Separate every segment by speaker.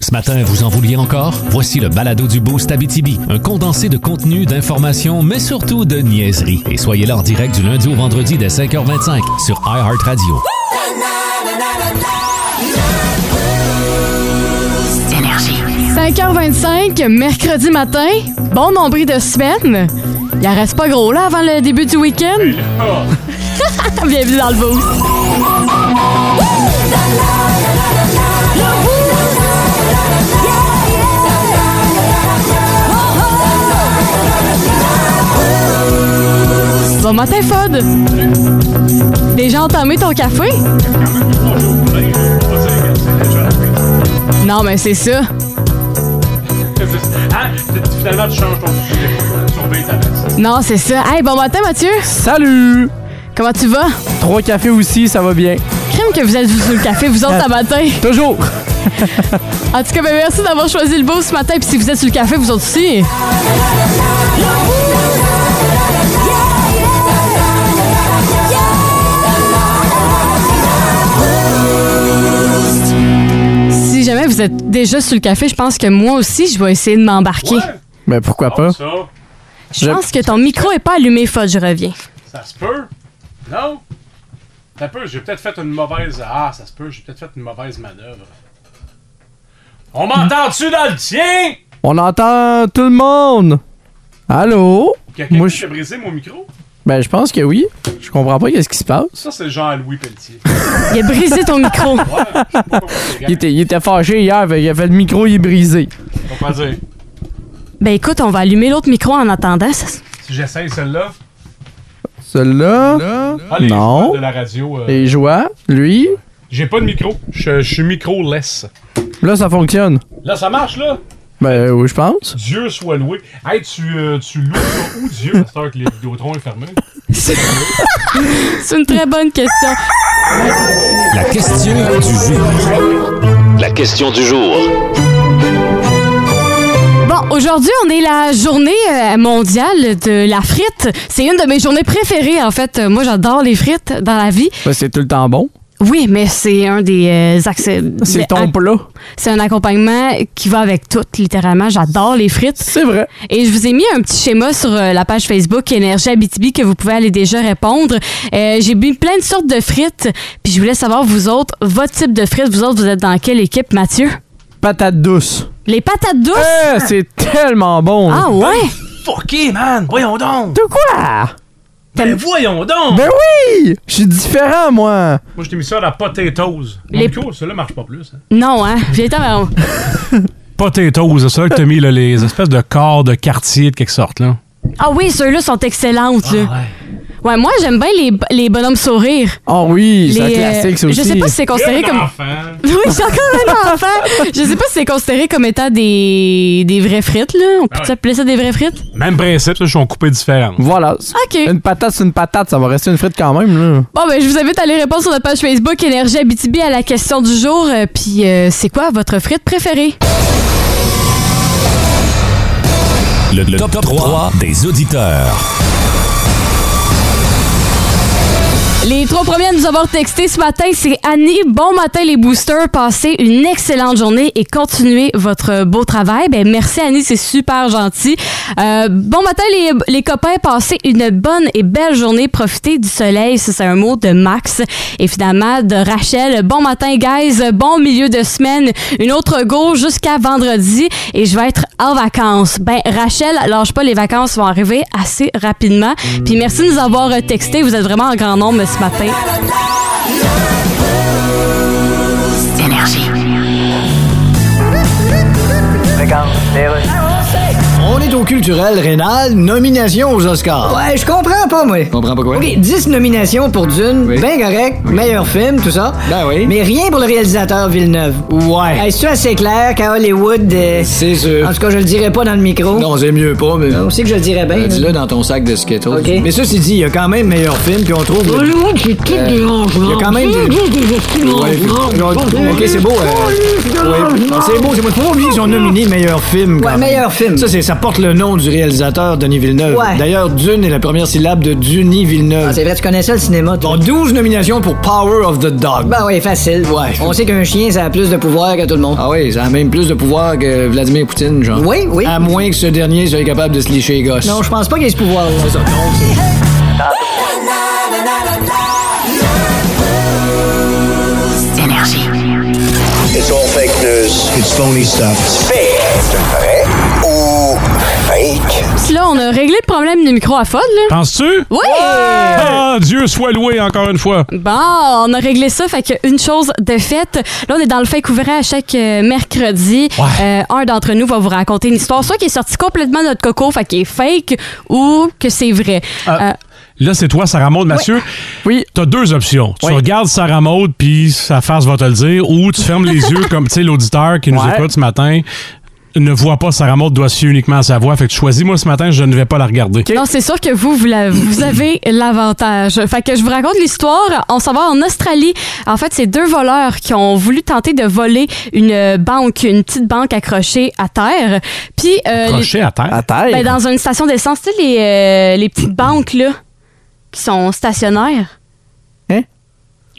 Speaker 1: Ce matin, vous en vouliez encore? Voici le balado du Boost Abitibi, un condensé de contenu, d'informations, mais surtout de niaiseries. Et soyez là en direct du lundi au vendredi dès 5h25 sur iHeartRadio.
Speaker 2: Énergie.
Speaker 3: 5h25, mercredi matin, bon nombril de semaine. Il en reste pas gros là avant le début du week-end. Bienvenue dans le boost. Bon matin, Fod. Déjà entamé ton café? Non, mais c'est ça.
Speaker 4: Ah, finalement, tu changes ton sujet. Surveille ta veste.
Speaker 3: Non, c'est ça. Hey, bon matin, Mathieu.
Speaker 5: Salut!
Speaker 3: Comment tu vas?
Speaker 5: Trois cafés aussi, ça va bien.
Speaker 3: Crime que vous êtes sous le café, vous autres, ce matin.
Speaker 5: Toujours!
Speaker 3: En tout cas, ben, merci d'avoir choisi le beau ce matin. Puis si vous êtes sur le café, vous autres aussi. Si jamais vous êtes déjà sur le café, je pense que moi aussi, je vais essayer de m'embarquer.
Speaker 5: Mais pourquoi pas?
Speaker 4: Ça,
Speaker 3: Je pense que ton micro est pas allumé, Fod, je reviens.
Speaker 4: ça se peut? Non? Ça peut, j'ai peut-être fait une mauvaise. Ah, ça se peut, j'ai peut-être fait une mauvaise manœuvre. On m'entend-tu dans le tien?
Speaker 5: On entend tout le monde! Allô?
Speaker 4: Quelqu'un
Speaker 5: Moi,
Speaker 4: qui
Speaker 5: je,
Speaker 4: a brisé mon micro?
Speaker 5: ben, je pense que oui. Je comprends pas qu'est-ce qui se passe.
Speaker 4: Ça, c'est Jean-Louis Pelletier.
Speaker 3: Il a brisé ton micro.
Speaker 4: Ouais, je sais pas comment c'est, gars.
Speaker 5: Il était, il était fâché hier, fait, il a fait le micro, il est brisé.
Speaker 4: Faut pas dire.
Speaker 3: Ben écoute, on va allumer l'autre micro en attendant. Ça-
Speaker 4: Si j'essaye celle-là.
Speaker 5: Celui-là?
Speaker 4: Ah, les
Speaker 5: Non.
Speaker 4: gens de la radio. euh,
Speaker 5: Et Joie, lui?
Speaker 4: J'ai pas de micro. Je, je suis micro-less.
Speaker 5: Là, ça fonctionne.
Speaker 4: Là, ça marche, là?
Speaker 5: Ben, oui, je pense.
Speaker 4: Dieu soit loué. Hey, tu, euh, tu loues ça où Dieu, à cette heure que les vidéotrons est fermé?
Speaker 3: C'est une très bonne question.
Speaker 1: La question du jour.
Speaker 6: La question du jour.
Speaker 3: Bon, aujourd'hui, on est la journée euh, mondiale de la frite. C'est une de mes journées préférées, en fait. Euh, Moi, j'adore les frites dans la vie.
Speaker 5: Ben, c'est tout le temps bon.
Speaker 3: Oui, mais c'est un des euh, accès.
Speaker 5: C'est
Speaker 3: des-
Speaker 5: ton
Speaker 3: ac-
Speaker 5: plat.
Speaker 3: C'est un accompagnement qui va avec tout, littéralement. J'adore les frites.
Speaker 5: C'est vrai.
Speaker 3: Et je vous ai mis un petit schéma sur euh, la page Facebook Énergie Abitibi que vous pouvez aller déjà répondre. Euh, J'ai mis plein de sortes de frites. Puis je voulais savoir, vous autres, votre type de frites. Vous autres, vous êtes dans quelle équipe, Mathieu?
Speaker 5: Patate douce.
Speaker 3: Les patates douces?
Speaker 5: Eh, c'est tellement bon. là.
Speaker 3: ah ouais?
Speaker 4: Fucké, man! Voyons donc!
Speaker 5: De quoi?
Speaker 4: Ben voyons donc!
Speaker 5: Ben oui! Je suis différent, moi.
Speaker 4: Moi, je t'ai mis ça à la potatoes. Mon
Speaker 3: Les-
Speaker 4: micro, celui-là marche pas plus. Hein.
Speaker 3: Non, hein? J'ai été en-
Speaker 4: Potatoes, c'est ça que t'as mis, là, les espèces de corps de quartier de quelque sorte, là.
Speaker 3: Ah oui, ceux-là sont excellentes. là.
Speaker 5: Ah.
Speaker 4: ouais.
Speaker 3: ouais, moi, j'aime bien les, les bonhommes sourires.
Speaker 5: Oh oui, c'est un
Speaker 3: Les, euh,
Speaker 5: classique, ça aussi.
Speaker 3: Je sais pas si c'est considéré
Speaker 4: Un
Speaker 3: comme.
Speaker 4: enfant.
Speaker 3: Oui, j'ai encore un enfant. Je sais pas si c'est considéré comme étant des, des vraies frites, là. On peut
Speaker 4: Ah ouais.
Speaker 3: appeler ça des vraies frites?
Speaker 4: Même principe, ça, je suis en coupé différent.
Speaker 5: Voilà.
Speaker 3: OK.
Speaker 5: Une patate, c'est une patate. Ça va rester une frite quand même, là.
Speaker 3: Bon, ben, je vous invite à aller répondre sur notre page Facebook Énergie Abitibi à la question du jour. Euh, Puis, euh, c'est quoi votre frite préférée?
Speaker 1: Le, le top, 3 des auditeurs.
Speaker 3: Les trois premiers à nous avoir texté ce matin, c'est Annie. Bon matin les boosters, passez une excellente journée et continuez votre beau travail. Ben merci Annie, c'est super gentil. Euh, bon matin les, les copains, passez une bonne et belle journée, profitez du soleil, ça c'est un mot de Max et finalement de Rachel. Bon matin guys, bon milieu de semaine, une autre go jusqu'à vendredi et je vais être en vacances. Ben Rachel, lâche pas, les vacances vont arriver assez rapidement. Puis merci de nous avoir euh, texté, vous êtes vraiment en grand nombre ce matin.
Speaker 2: Énergie.
Speaker 7: On est au culturel rénal, nomination aux Oscars.
Speaker 8: Ouais, je comprends pas, moi.
Speaker 7: Comprends pas quoi?
Speaker 8: OK, 10 nominations pour Dune,
Speaker 7: Oui.
Speaker 8: ben correct, meilleur film, tout ça.
Speaker 7: Ben oui.
Speaker 8: Mais rien pour le réalisateur Villeneuve.
Speaker 7: Ouais.
Speaker 8: Est-ce assez clair qu'à Hollywood... euh,
Speaker 7: C'est sûr.
Speaker 8: En tout cas, je le dirai pas dans le micro.
Speaker 7: Non, c'est mieux pas, mais.
Speaker 8: On sait que je le dirais bien.
Speaker 7: Euh,
Speaker 8: là.
Speaker 7: Dis-le dans ton sac de Skittles.
Speaker 8: Ok.
Speaker 7: Mais ceci dit, il y a quand même meilleur film, puis on trouve. le- Euh, Il y a quand même. Ouais, puis- genre, ok, c'est beau. Ah, euh, ouais. Non, c'est beau, c'est moi. Faut pas oublier qu'ils ont nominé meilleur film. quand
Speaker 8: Ouais,
Speaker 7: même.
Speaker 8: meilleur film.
Speaker 7: Ça, c'est- ça porte le nom nom du réalisateur Denis Villeneuve.
Speaker 8: Ouais.
Speaker 7: D'ailleurs, Dune est la première syllabe de Duny Villeneuve.
Speaker 8: Ah, c'est vrai, tu connais ça, le cinéma, toi?
Speaker 7: Bon, 12 nominations pour Power of the Dog.
Speaker 8: Ben oui, facile.
Speaker 7: Ouais.
Speaker 8: On sait qu'un chien, ça a plus de pouvoir que tout le monde.
Speaker 7: Ah oui, ça a même plus de pouvoir que Vladimir Poutine, genre.
Speaker 8: Oui, oui.
Speaker 7: À moins que ce dernier soit capable de se licher les gosses.
Speaker 8: Non, je pense pas qu'il y ait ce pouvoir. C'est ça.
Speaker 9: énergie,
Speaker 10: It's all fake news. It's phony stuff. It's fake. C'est vrai ou fake?
Speaker 3: Puis là, on a réglé le problème du micro à Fod, là.
Speaker 4: Penses-tu?
Speaker 3: Oui!
Speaker 4: Ah, Dieu soit loué encore une fois.
Speaker 3: Bon, on a réglé ça, fait qu'une chose de faite. Là, on est dans le fake ouvrage à chaque euh, mercredi. Euh, un d'entre nous va vous raconter une histoire, soit qui est sortie complètement de notre coco, fait qu'il est fake, ou que c'est vrai.
Speaker 4: Ah.
Speaker 3: Euh,
Speaker 4: Là, c'est toi, Sarah Maud, Mathieu.
Speaker 5: Oui.
Speaker 4: T'as deux options. Tu
Speaker 5: Oui.
Speaker 4: regardes Sarah Maud, puis sa face va te le dire, ou tu fermes les yeux comme, tu sais, l'auditeur qui nous
Speaker 5: Ouais.
Speaker 4: écoute ce matin ne voit pas Sarah Maud, doit se fier uniquement à sa voix. Fait que tu choisis, moi, ce matin, je ne vais pas la regarder.
Speaker 3: Non, c'est sûr que vous, vous, la- vous avez l'avantage. Fait que je vous raconte l'histoire. On s'en va en Australie. En fait, c'est deux voleurs qui ont voulu tenter de voler une euh, banque, une petite banque accrochée à terre. Puis, euh, les-
Speaker 4: Crochet à terre.
Speaker 5: À terre.
Speaker 3: ben, dans une station d'essence, tu sais, les, euh, les petites banques, là, qui sont stationnaires.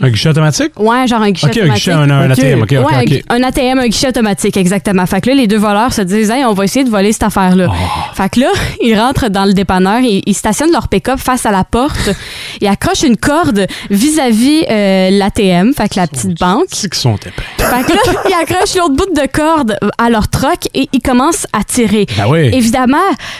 Speaker 4: Un guichet automatique?
Speaker 3: Ouais, genre un guichet
Speaker 4: OK, un
Speaker 3: automatique.
Speaker 4: guichet, un, un
Speaker 5: Ok.
Speaker 4: ATM. OK, OK,
Speaker 3: Ouais, un
Speaker 4: OK.
Speaker 3: gu- un ATM, un guichet automatique, exactement. Fait que là, les deux voleurs se disent, hey, on va essayer de voler cette affaire-là.
Speaker 4: Oh.
Speaker 3: Fait que là, ils rentrent dans le dépanneur, ils, ils stationnent leur pick-up face à la porte, ils accrochent une corde vis-à-vis euh, l'ATM, fait
Speaker 4: Oh,
Speaker 3: que la petite banque.
Speaker 4: C'est qui sont épais.
Speaker 3: Fait que là, ils accrochent l'autre bout de corde à leur truck et ils commencent à tirer.
Speaker 4: Ben oui.
Speaker 3: Évidemment,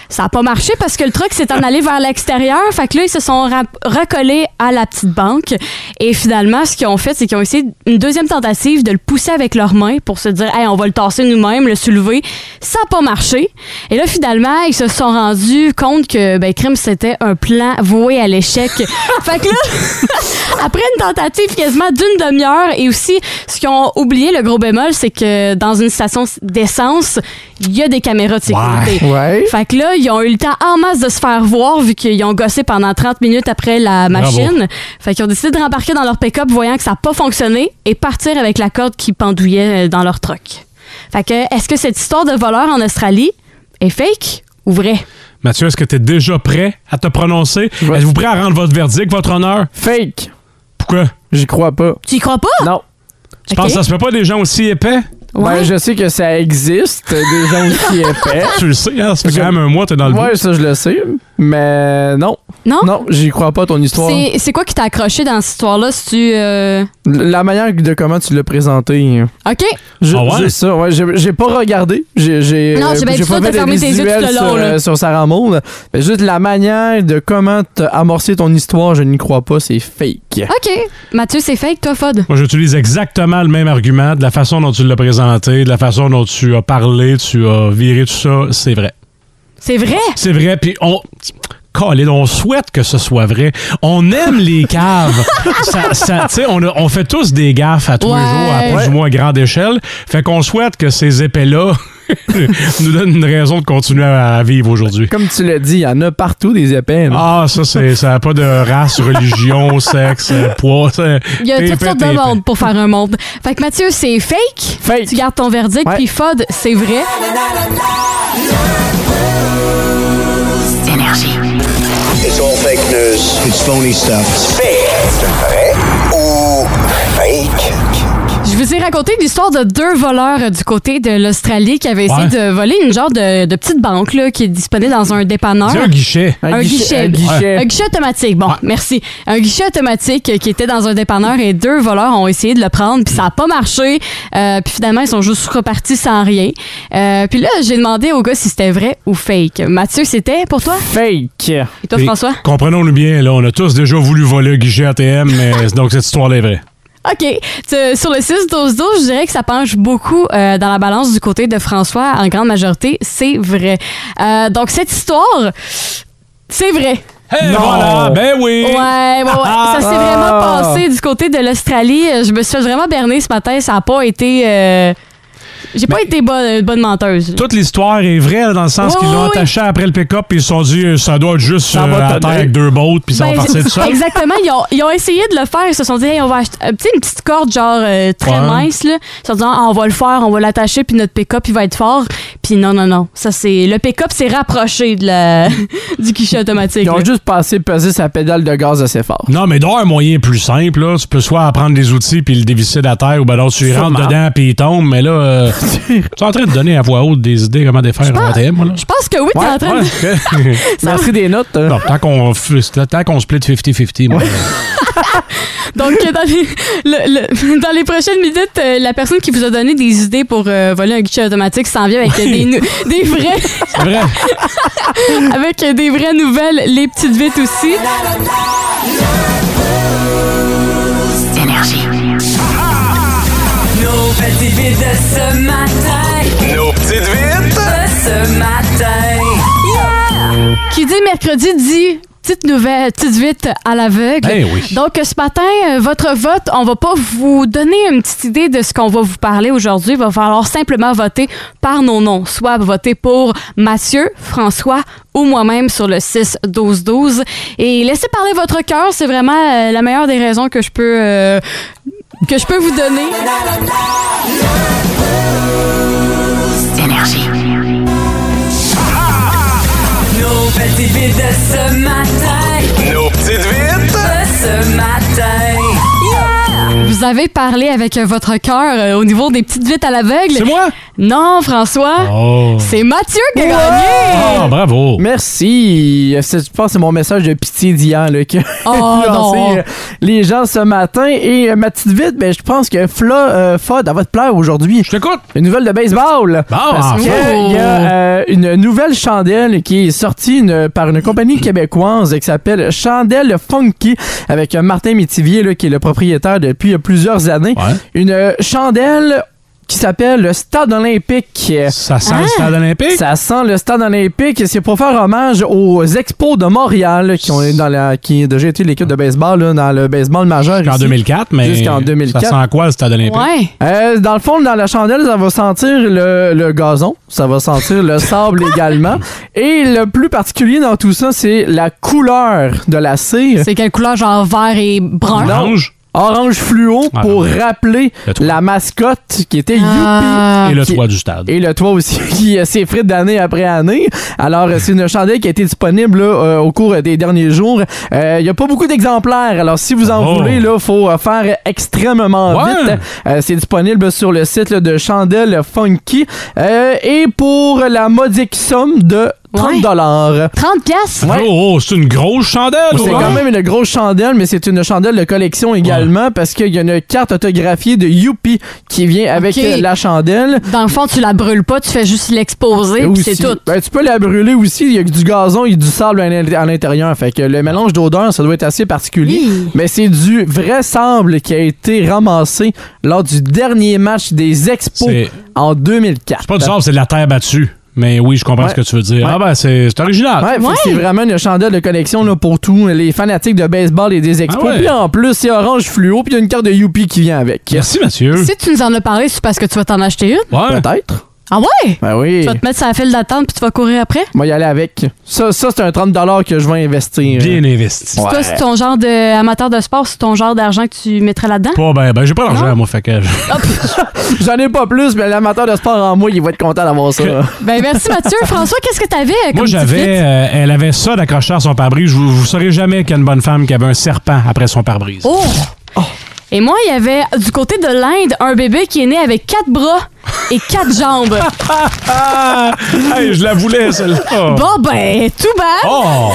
Speaker 3: ça n'a pas marché parce que le truck s'est en allé vers l'extérieur. Fait que là, ils se sont ra- recollés à la petite banque. Et finalement, ce qu'ils ont fait, c'est qu'ils ont essayé une deuxième tentative de le pousser avec leurs mains pour se dire, hey, on va le tasser nous-mêmes, le soulever. Ça n'a pas marché. Et là, finalement, ils se sont rendus compte que, ben, crime, c'était un plan voué à l'échec. fait que là, après une tentative quasiment d'une demi-heure, et aussi, ce qu'ils ont oublié, le gros bémol, c'est que dans une station d'essence, il y a des caméras de sécurité.
Speaker 5: Ouais.
Speaker 3: Fait que là, ils ont eu le temps en masse de se faire voir vu qu'ils ont gossé pendant 30 minutes après la
Speaker 4: Bravo.
Speaker 3: machine. Fait qu'ils ont décidé de rembarquer dans leur pick-up voyant que ça n'a pas fonctionné et partir avec la corde qui pendouillait euh, dans leur truck. Fait que, est-ce que cette histoire de voleur en Australie est fake ou vraie?
Speaker 4: Mathieu, est-ce que tu es déjà prêt à te prononcer?
Speaker 5: vais-
Speaker 4: Êtes-vous prêt à rendre votre verdict, votre honneur?
Speaker 5: Fake.
Speaker 4: Pourquoi?
Speaker 5: J'y crois pas.
Speaker 3: Tu y crois pas?
Speaker 5: Non.
Speaker 4: Tu penses que ça se fait pas des gens aussi épais?
Speaker 5: Ben,
Speaker 3: Ouais.
Speaker 5: je sais que ça existe, des gens aussi épais.
Speaker 4: Tu le sais, hein? Ça fait
Speaker 5: Je-
Speaker 4: quand même un mois que tu dans le bout.
Speaker 5: Ouais, ça, je le sais. Mais non.
Speaker 3: Non?
Speaker 5: Non, j'y crois pas ton histoire.
Speaker 3: C'est, c'est quoi qui t'a accroché dans cette histoire-là si tu. euh,
Speaker 5: L- La manière de comment tu l'as présenté.
Speaker 3: OK?
Speaker 5: Je,
Speaker 4: Ah ouais?
Speaker 5: je- ça, ouais, j'ai, j'ai pas regardé. J'ai, j'ai,
Speaker 3: Non, c'est bien, tu dois
Speaker 5: pas
Speaker 3: te
Speaker 5: fait de
Speaker 3: fermer tes yeux tout
Speaker 5: visuel
Speaker 3: le long,
Speaker 5: sur,
Speaker 3: là.
Speaker 5: euh, sur Sarah Maud. Mais juste la manière de comment t'as amorcé ton histoire, je n'y crois pas, c'est fake.
Speaker 3: OK. Mathieu, c'est fake, toi, Fod?
Speaker 4: Moi, j'utilise exactement le même argument, de la façon dont tu l'as présenté, de la façon dont tu as parlé, tu as viré tout ça, c'est vrai.
Speaker 3: C'est vrai?
Speaker 4: C'est vrai, puis on... Colin, on souhaite que ce soit vrai. On aime les caves. ça, ça- tu sais, on, a- on fait tous des gaffes à tous
Speaker 3: Ouais.
Speaker 4: les jours, à plus ou moins grande échelle. Fait qu'on souhaite que ces épées-là nous donnent une raison de continuer à vivre aujourd'hui.
Speaker 5: Comme tu l'as dit, il y en a partout des hein. épais. là.
Speaker 4: Ah, ça, c'est, ça n'a pas de race, religion, sexe, euh, poids. c'est-
Speaker 3: Il y a
Speaker 4: t'es
Speaker 3: toutes
Speaker 4: épais,
Speaker 3: sortes
Speaker 4: t'es
Speaker 3: de
Speaker 4: épais.
Speaker 3: monde pour faire un monde. Fait que Mathieu, c'est fake.
Speaker 5: Fake.
Speaker 3: Tu gardes ton verdict.
Speaker 5: Ouais.
Speaker 3: Puis Fod, c'est vrai.
Speaker 9: énergie,
Speaker 10: It's all fake news. It's phony stuff. It's fake. C'est vrai ou fake?
Speaker 3: Je vous ai raconté l'histoire de deux voleurs euh, du côté de l'Australie qui avaient essayé
Speaker 4: Ouais.
Speaker 3: de voler une genre de, de petite banque là, qui est disponible dans un dépanneur.
Speaker 4: C'est un guichet.
Speaker 3: un guichet.
Speaker 5: Un guichet.
Speaker 3: Un guichet automatique. Bon, merci. Un guichet automatique euh, qui était dans un dépanneur et deux voleurs ont essayé de le prendre, puis ça n'a pas marché. Euh, puis finalement, ils sont juste repartis sans rien. Euh, puis là, j'ai demandé au gars si c'était vrai ou fake. Mathieu, c'était pour toi?
Speaker 5: Fake.
Speaker 3: Et toi,
Speaker 4: Et
Speaker 3: François?
Speaker 4: Comprenons-le bien, là, on a tous déjà voulu voler un guichet ATM, mais donc cette histoire-là est vraie.
Speaker 3: OK. Tu- Sur le 6-12-12, je dirais que ça penche beaucoup euh, dans la balance du côté de François. En grande majorité, c'est vrai. Euh, donc, cette histoire, c'est vrai.
Speaker 4: Hey, voilà, ben oui!
Speaker 3: Ouais, ouais, ouais. Ça s'est vraiment
Speaker 5: Ah!
Speaker 3: passé du côté de l'Australie. Euh, Je me suis fait vraiment berner ce matin. Ça n'a pas été... euh, J'ai pas été bonne, bonne menteuse. là.
Speaker 4: Toute l'histoire est vraie, là, dans le sens
Speaker 3: Oui,
Speaker 4: qu'ils l'ont
Speaker 3: oui, oui.
Speaker 4: attaché après le pick-up, puis ils se sont dit, euh, ça doit être juste
Speaker 5: Ça
Speaker 4: euh,
Speaker 5: va
Speaker 4: à terre
Speaker 5: tonner.
Speaker 4: avec deux bottes, puis ça
Speaker 3: Ben,
Speaker 4: va partir de
Speaker 3: c'est-
Speaker 4: ça.
Speaker 3: Exactement. Ils ont, ils ont essayé de le faire. Ils se sont dit, Hey, on va acheter euh, tu sais, une petite corde, genre euh, très
Speaker 4: Ouais.
Speaker 3: mince. Là. Ils se sont dit, Ah, on va le faire, on va l'attacher, puis notre pick-up, il va être fort. Puis non, non, non. Ça, c'est Le pick-up s'est rapproché de la... du guichet automatique.
Speaker 5: Ils ont
Speaker 3: là.
Speaker 5: juste passé peser sa pédale de gaz assez fort.
Speaker 4: Non, mais d'avoir un moyen plus simple, là, tu peux soit prendre des outils puis le dévisser de la terre, ou ben alors tu y rentres
Speaker 5: Sûrement.
Speaker 4: dedans puis il tombe, mais là, euh, tu es en train de donner à voix haute des idées comment défaire un ATM, moi, là.
Speaker 3: Je pense que oui, t'es en train de.
Speaker 4: Ouais.
Speaker 5: Merci des notes. euh.
Speaker 4: Non, tant qu'on f- tant qu'on split 50-50, moi,
Speaker 3: Donc, euh, dans les, le- le- dans les prochaines minutes, euh, la personne qui vous a donné des idées pour euh, voler un guichet automatique s'en vient avec euh, des, nou- des vrais.
Speaker 4: c'est vrai.
Speaker 3: avec euh, des vraies nouvelles, les petites vites aussi.
Speaker 2: énergie.
Speaker 11: Nos petites vites de ce matin.
Speaker 12: Nos petites vites.
Speaker 11: De ce matin.
Speaker 3: Qui dit mercredi dit petite nouvelle, petite vite à l'aveugle.
Speaker 4: Ben oui.
Speaker 3: Donc euh, ce matin, euh, votre vote, on va pas vous donner une petite idée de ce qu'on va vous parler aujourd'hui. Il va falloir simplement voter par nos noms. Soit voter pour Mathieu, François ou moi-même sur le 6-12-12. Et laissez parler votre cœur, c'est vraiment euh, la meilleure des raisons que je peux... euh, que je peux vous donner.
Speaker 2: Énergie.
Speaker 11: Nos petites vites de ce matin.
Speaker 12: Nos petites vites.
Speaker 11: De ce matin.
Speaker 3: Vous avez parlé avec euh, votre cœur euh, au niveau des petites vites à l'aveugle.
Speaker 4: C'est moi?
Speaker 3: Non, François.
Speaker 4: Oh.
Speaker 3: C'est Mathieu qui a gagné!
Speaker 4: Ah, bravo.
Speaker 5: Merci. C'est- Je pense que c'est mon message de pitié d'hier là, qui a
Speaker 3: Oh,
Speaker 5: influencé,
Speaker 3: non.
Speaker 5: euh, les gens ce matin. Et euh, ma petite vite, ben, je pense que Fla euh, Fod, elle va te plaire aujourd'hui.
Speaker 4: Je t'écoute.
Speaker 5: Une nouvelle de baseball.
Speaker 4: Bon, ah, oh.
Speaker 5: Parce
Speaker 4: enfin.
Speaker 5: que il y a euh, une nouvelle chandelle qui est sortie une- par une compagnie québécoise qui s'appelle Chandelle Funky avec euh, Martin Métivier là, qui est le propriétaire depuis euh, plusieurs années.
Speaker 4: Ouais.
Speaker 5: Une euh, chandelle qui s'appelle le Stade Olympique.
Speaker 4: Ça sent
Speaker 3: Ah.
Speaker 4: le stade olympique.
Speaker 5: Ça sent le stade olympique et c'est pour faire hommage aux expos de Montréal là, qui ont dans la qui a déjà été l'équipe de baseball là, dans le baseball majeur
Speaker 4: Jusqu'en
Speaker 5: ici.
Speaker 4: 2004, mais
Speaker 5: Jusqu'en 2004.
Speaker 4: ça sent quoi, le stade olympique?
Speaker 3: Ouais.
Speaker 5: Euh, dans le fond, dans la chandelle, ça va sentir le, le gazon, ça va sentir le sable également. Et le plus particulier dans tout ça, c'est la couleur de la cire.
Speaker 3: C'est quelle couleur, genre vert et brun?
Speaker 4: Orange
Speaker 5: Orange fluo
Speaker 4: Ah,
Speaker 5: pour
Speaker 4: ben oui.
Speaker 5: rappeler
Speaker 4: Le toit.
Speaker 5: la mascotte qui était Youpi.
Speaker 3: Ah.
Speaker 4: et le
Speaker 5: qui-
Speaker 4: toit du stade.
Speaker 5: Et le toit aussi qui euh, s'effrite d'année après année. Alors, euh, c'est une chandelle qui a été disponible là, euh, au cours des derniers jours. Il n'y a pas beaucoup d'exemplaires. Alors, si vous en
Speaker 4: Oh.
Speaker 5: voulez, il faut euh, faire extrêmement
Speaker 4: Ouais.
Speaker 5: vite. Euh, c'est disponible sur le site là, de Chandelle Funky. Euh, et pour la modique somme de 30 dollars.
Speaker 3: 30 piastres?
Speaker 5: Ouais.
Speaker 4: Oh, oh, c'est une grosse chandelle.
Speaker 5: C'est
Speaker 4: ouais.
Speaker 5: quand même une grosse chandelle, mais c'est une chandelle de collection également parce qu'il y a une carte autographiée de Youpi qui vient avec
Speaker 3: Ok.
Speaker 5: euh, la chandelle.
Speaker 3: Dans le fond, tu la brûles pas, tu fais juste l'exposer, puis c'est
Speaker 5: Aussi.
Speaker 3: tout.
Speaker 5: Ben, tu peux la brûler aussi. Il y a que du gazon et du sable à l'in- à l'intérieur. Fait que le mélange d'odeurs, ça doit être assez particulier.
Speaker 3: Hi.
Speaker 5: Mais c'est du vrai sable qui a été ramassé lors du dernier match des Expos
Speaker 4: C'est-
Speaker 5: en 2004.
Speaker 4: C'est pas du sable, c'est de la terre battue. Mais oui, je comprends
Speaker 5: Ouais.
Speaker 4: ce que tu veux dire.
Speaker 5: Ouais.
Speaker 4: Ah ben, c'est c'est original.
Speaker 5: Ouais, fait que
Speaker 3: Ouais.
Speaker 5: c'est vraiment une chandelle de collection là, pour tous les fanatiques de baseball et des expos.
Speaker 4: Ah ouais.
Speaker 5: Puis en plus, c'est orange fluo, puis il y a une carte de Youpi qui vient avec.
Speaker 4: Merci, Mathieu.
Speaker 3: Si tu nous en as parlé, c'est parce que tu vas t'en acheter une?
Speaker 4: Ouais.
Speaker 5: Peut-être.
Speaker 3: Ah ouais?
Speaker 5: Ben oui.
Speaker 3: Tu vas te mettre sur la file d'attente, puis tu vas courir après?
Speaker 5: Moi, y aller avec. Ça, ça c'est un 30$ que je vais investir.
Speaker 4: Bien investi.
Speaker 5: Ouais.
Speaker 3: Toi, c'est ton genre d'amateur de sport, c'est ton genre d'argent que tu mettrais là-dedans?
Speaker 4: Pas ben, ben, j'ai pas d'argent, moi, fait que.
Speaker 5: J'en ai pas plus, mais l'amateur de sport en moi, il va être content d'avoir ça.
Speaker 3: Ben merci Mathieu. François, qu'est-ce que t'avais euh, comme
Speaker 4: Moi,
Speaker 3: petite
Speaker 4: j'avais.
Speaker 3: vite?
Speaker 4: euh, elle avait ça d'accrocheur à son pare-brise. Vous, vous saurez jamais qu'il y a une bonne femme qui avait un serpent après son pare-brise.
Speaker 3: Oh! Et moi, il y avait du côté de l'Inde un bébé qui est né avec quatre bras et quatre jambes.
Speaker 4: Ah! Hey, je la voulais, celle-là.
Speaker 3: Bon ben, tout bas!
Speaker 4: Oh!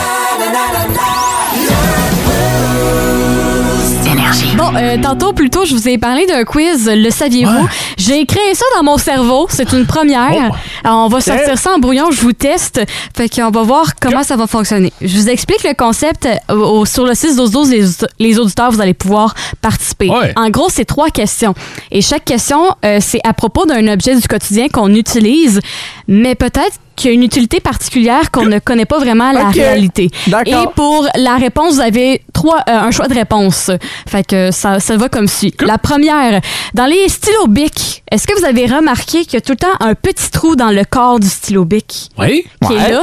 Speaker 2: Énergie.
Speaker 3: Bon, euh, tantôt, plus tôt, je vous ai parlé d'un quiz, euh, le saviez-vous? J'ai créé ça dans mon cerveau, c'est une première.
Speaker 4: Oh.
Speaker 3: Alors, on va sortir ça en brouillon, je vous teste. Fait qu'on va voir comment ça va fonctionner. Je vous explique le concept. euh, au- sur le 6-12-12, les, les auditeurs, vous allez pouvoir participer.
Speaker 4: Ouais.
Speaker 3: En gros, c'est trois questions. Et chaque question, euh, c'est à propos d'un objet du quotidien qu'on utilise, mais peut-être qu'il y a une utilité particulière qu'on ne connaît pas vraiment à la
Speaker 5: Ok.
Speaker 3: réalité.
Speaker 5: D'accord.
Speaker 3: Et pour la réponse, vous avez trois, euh, un choix de réponse. Fait que ça, ça va comme suit. La première, dans les stylos BIC, Est-ce que vous avez remarqué qu'il y a tout le temps un petit trou dans le corps du stylo bic?
Speaker 4: Oui.
Speaker 3: Qui est
Speaker 4: Ouais.
Speaker 3: là?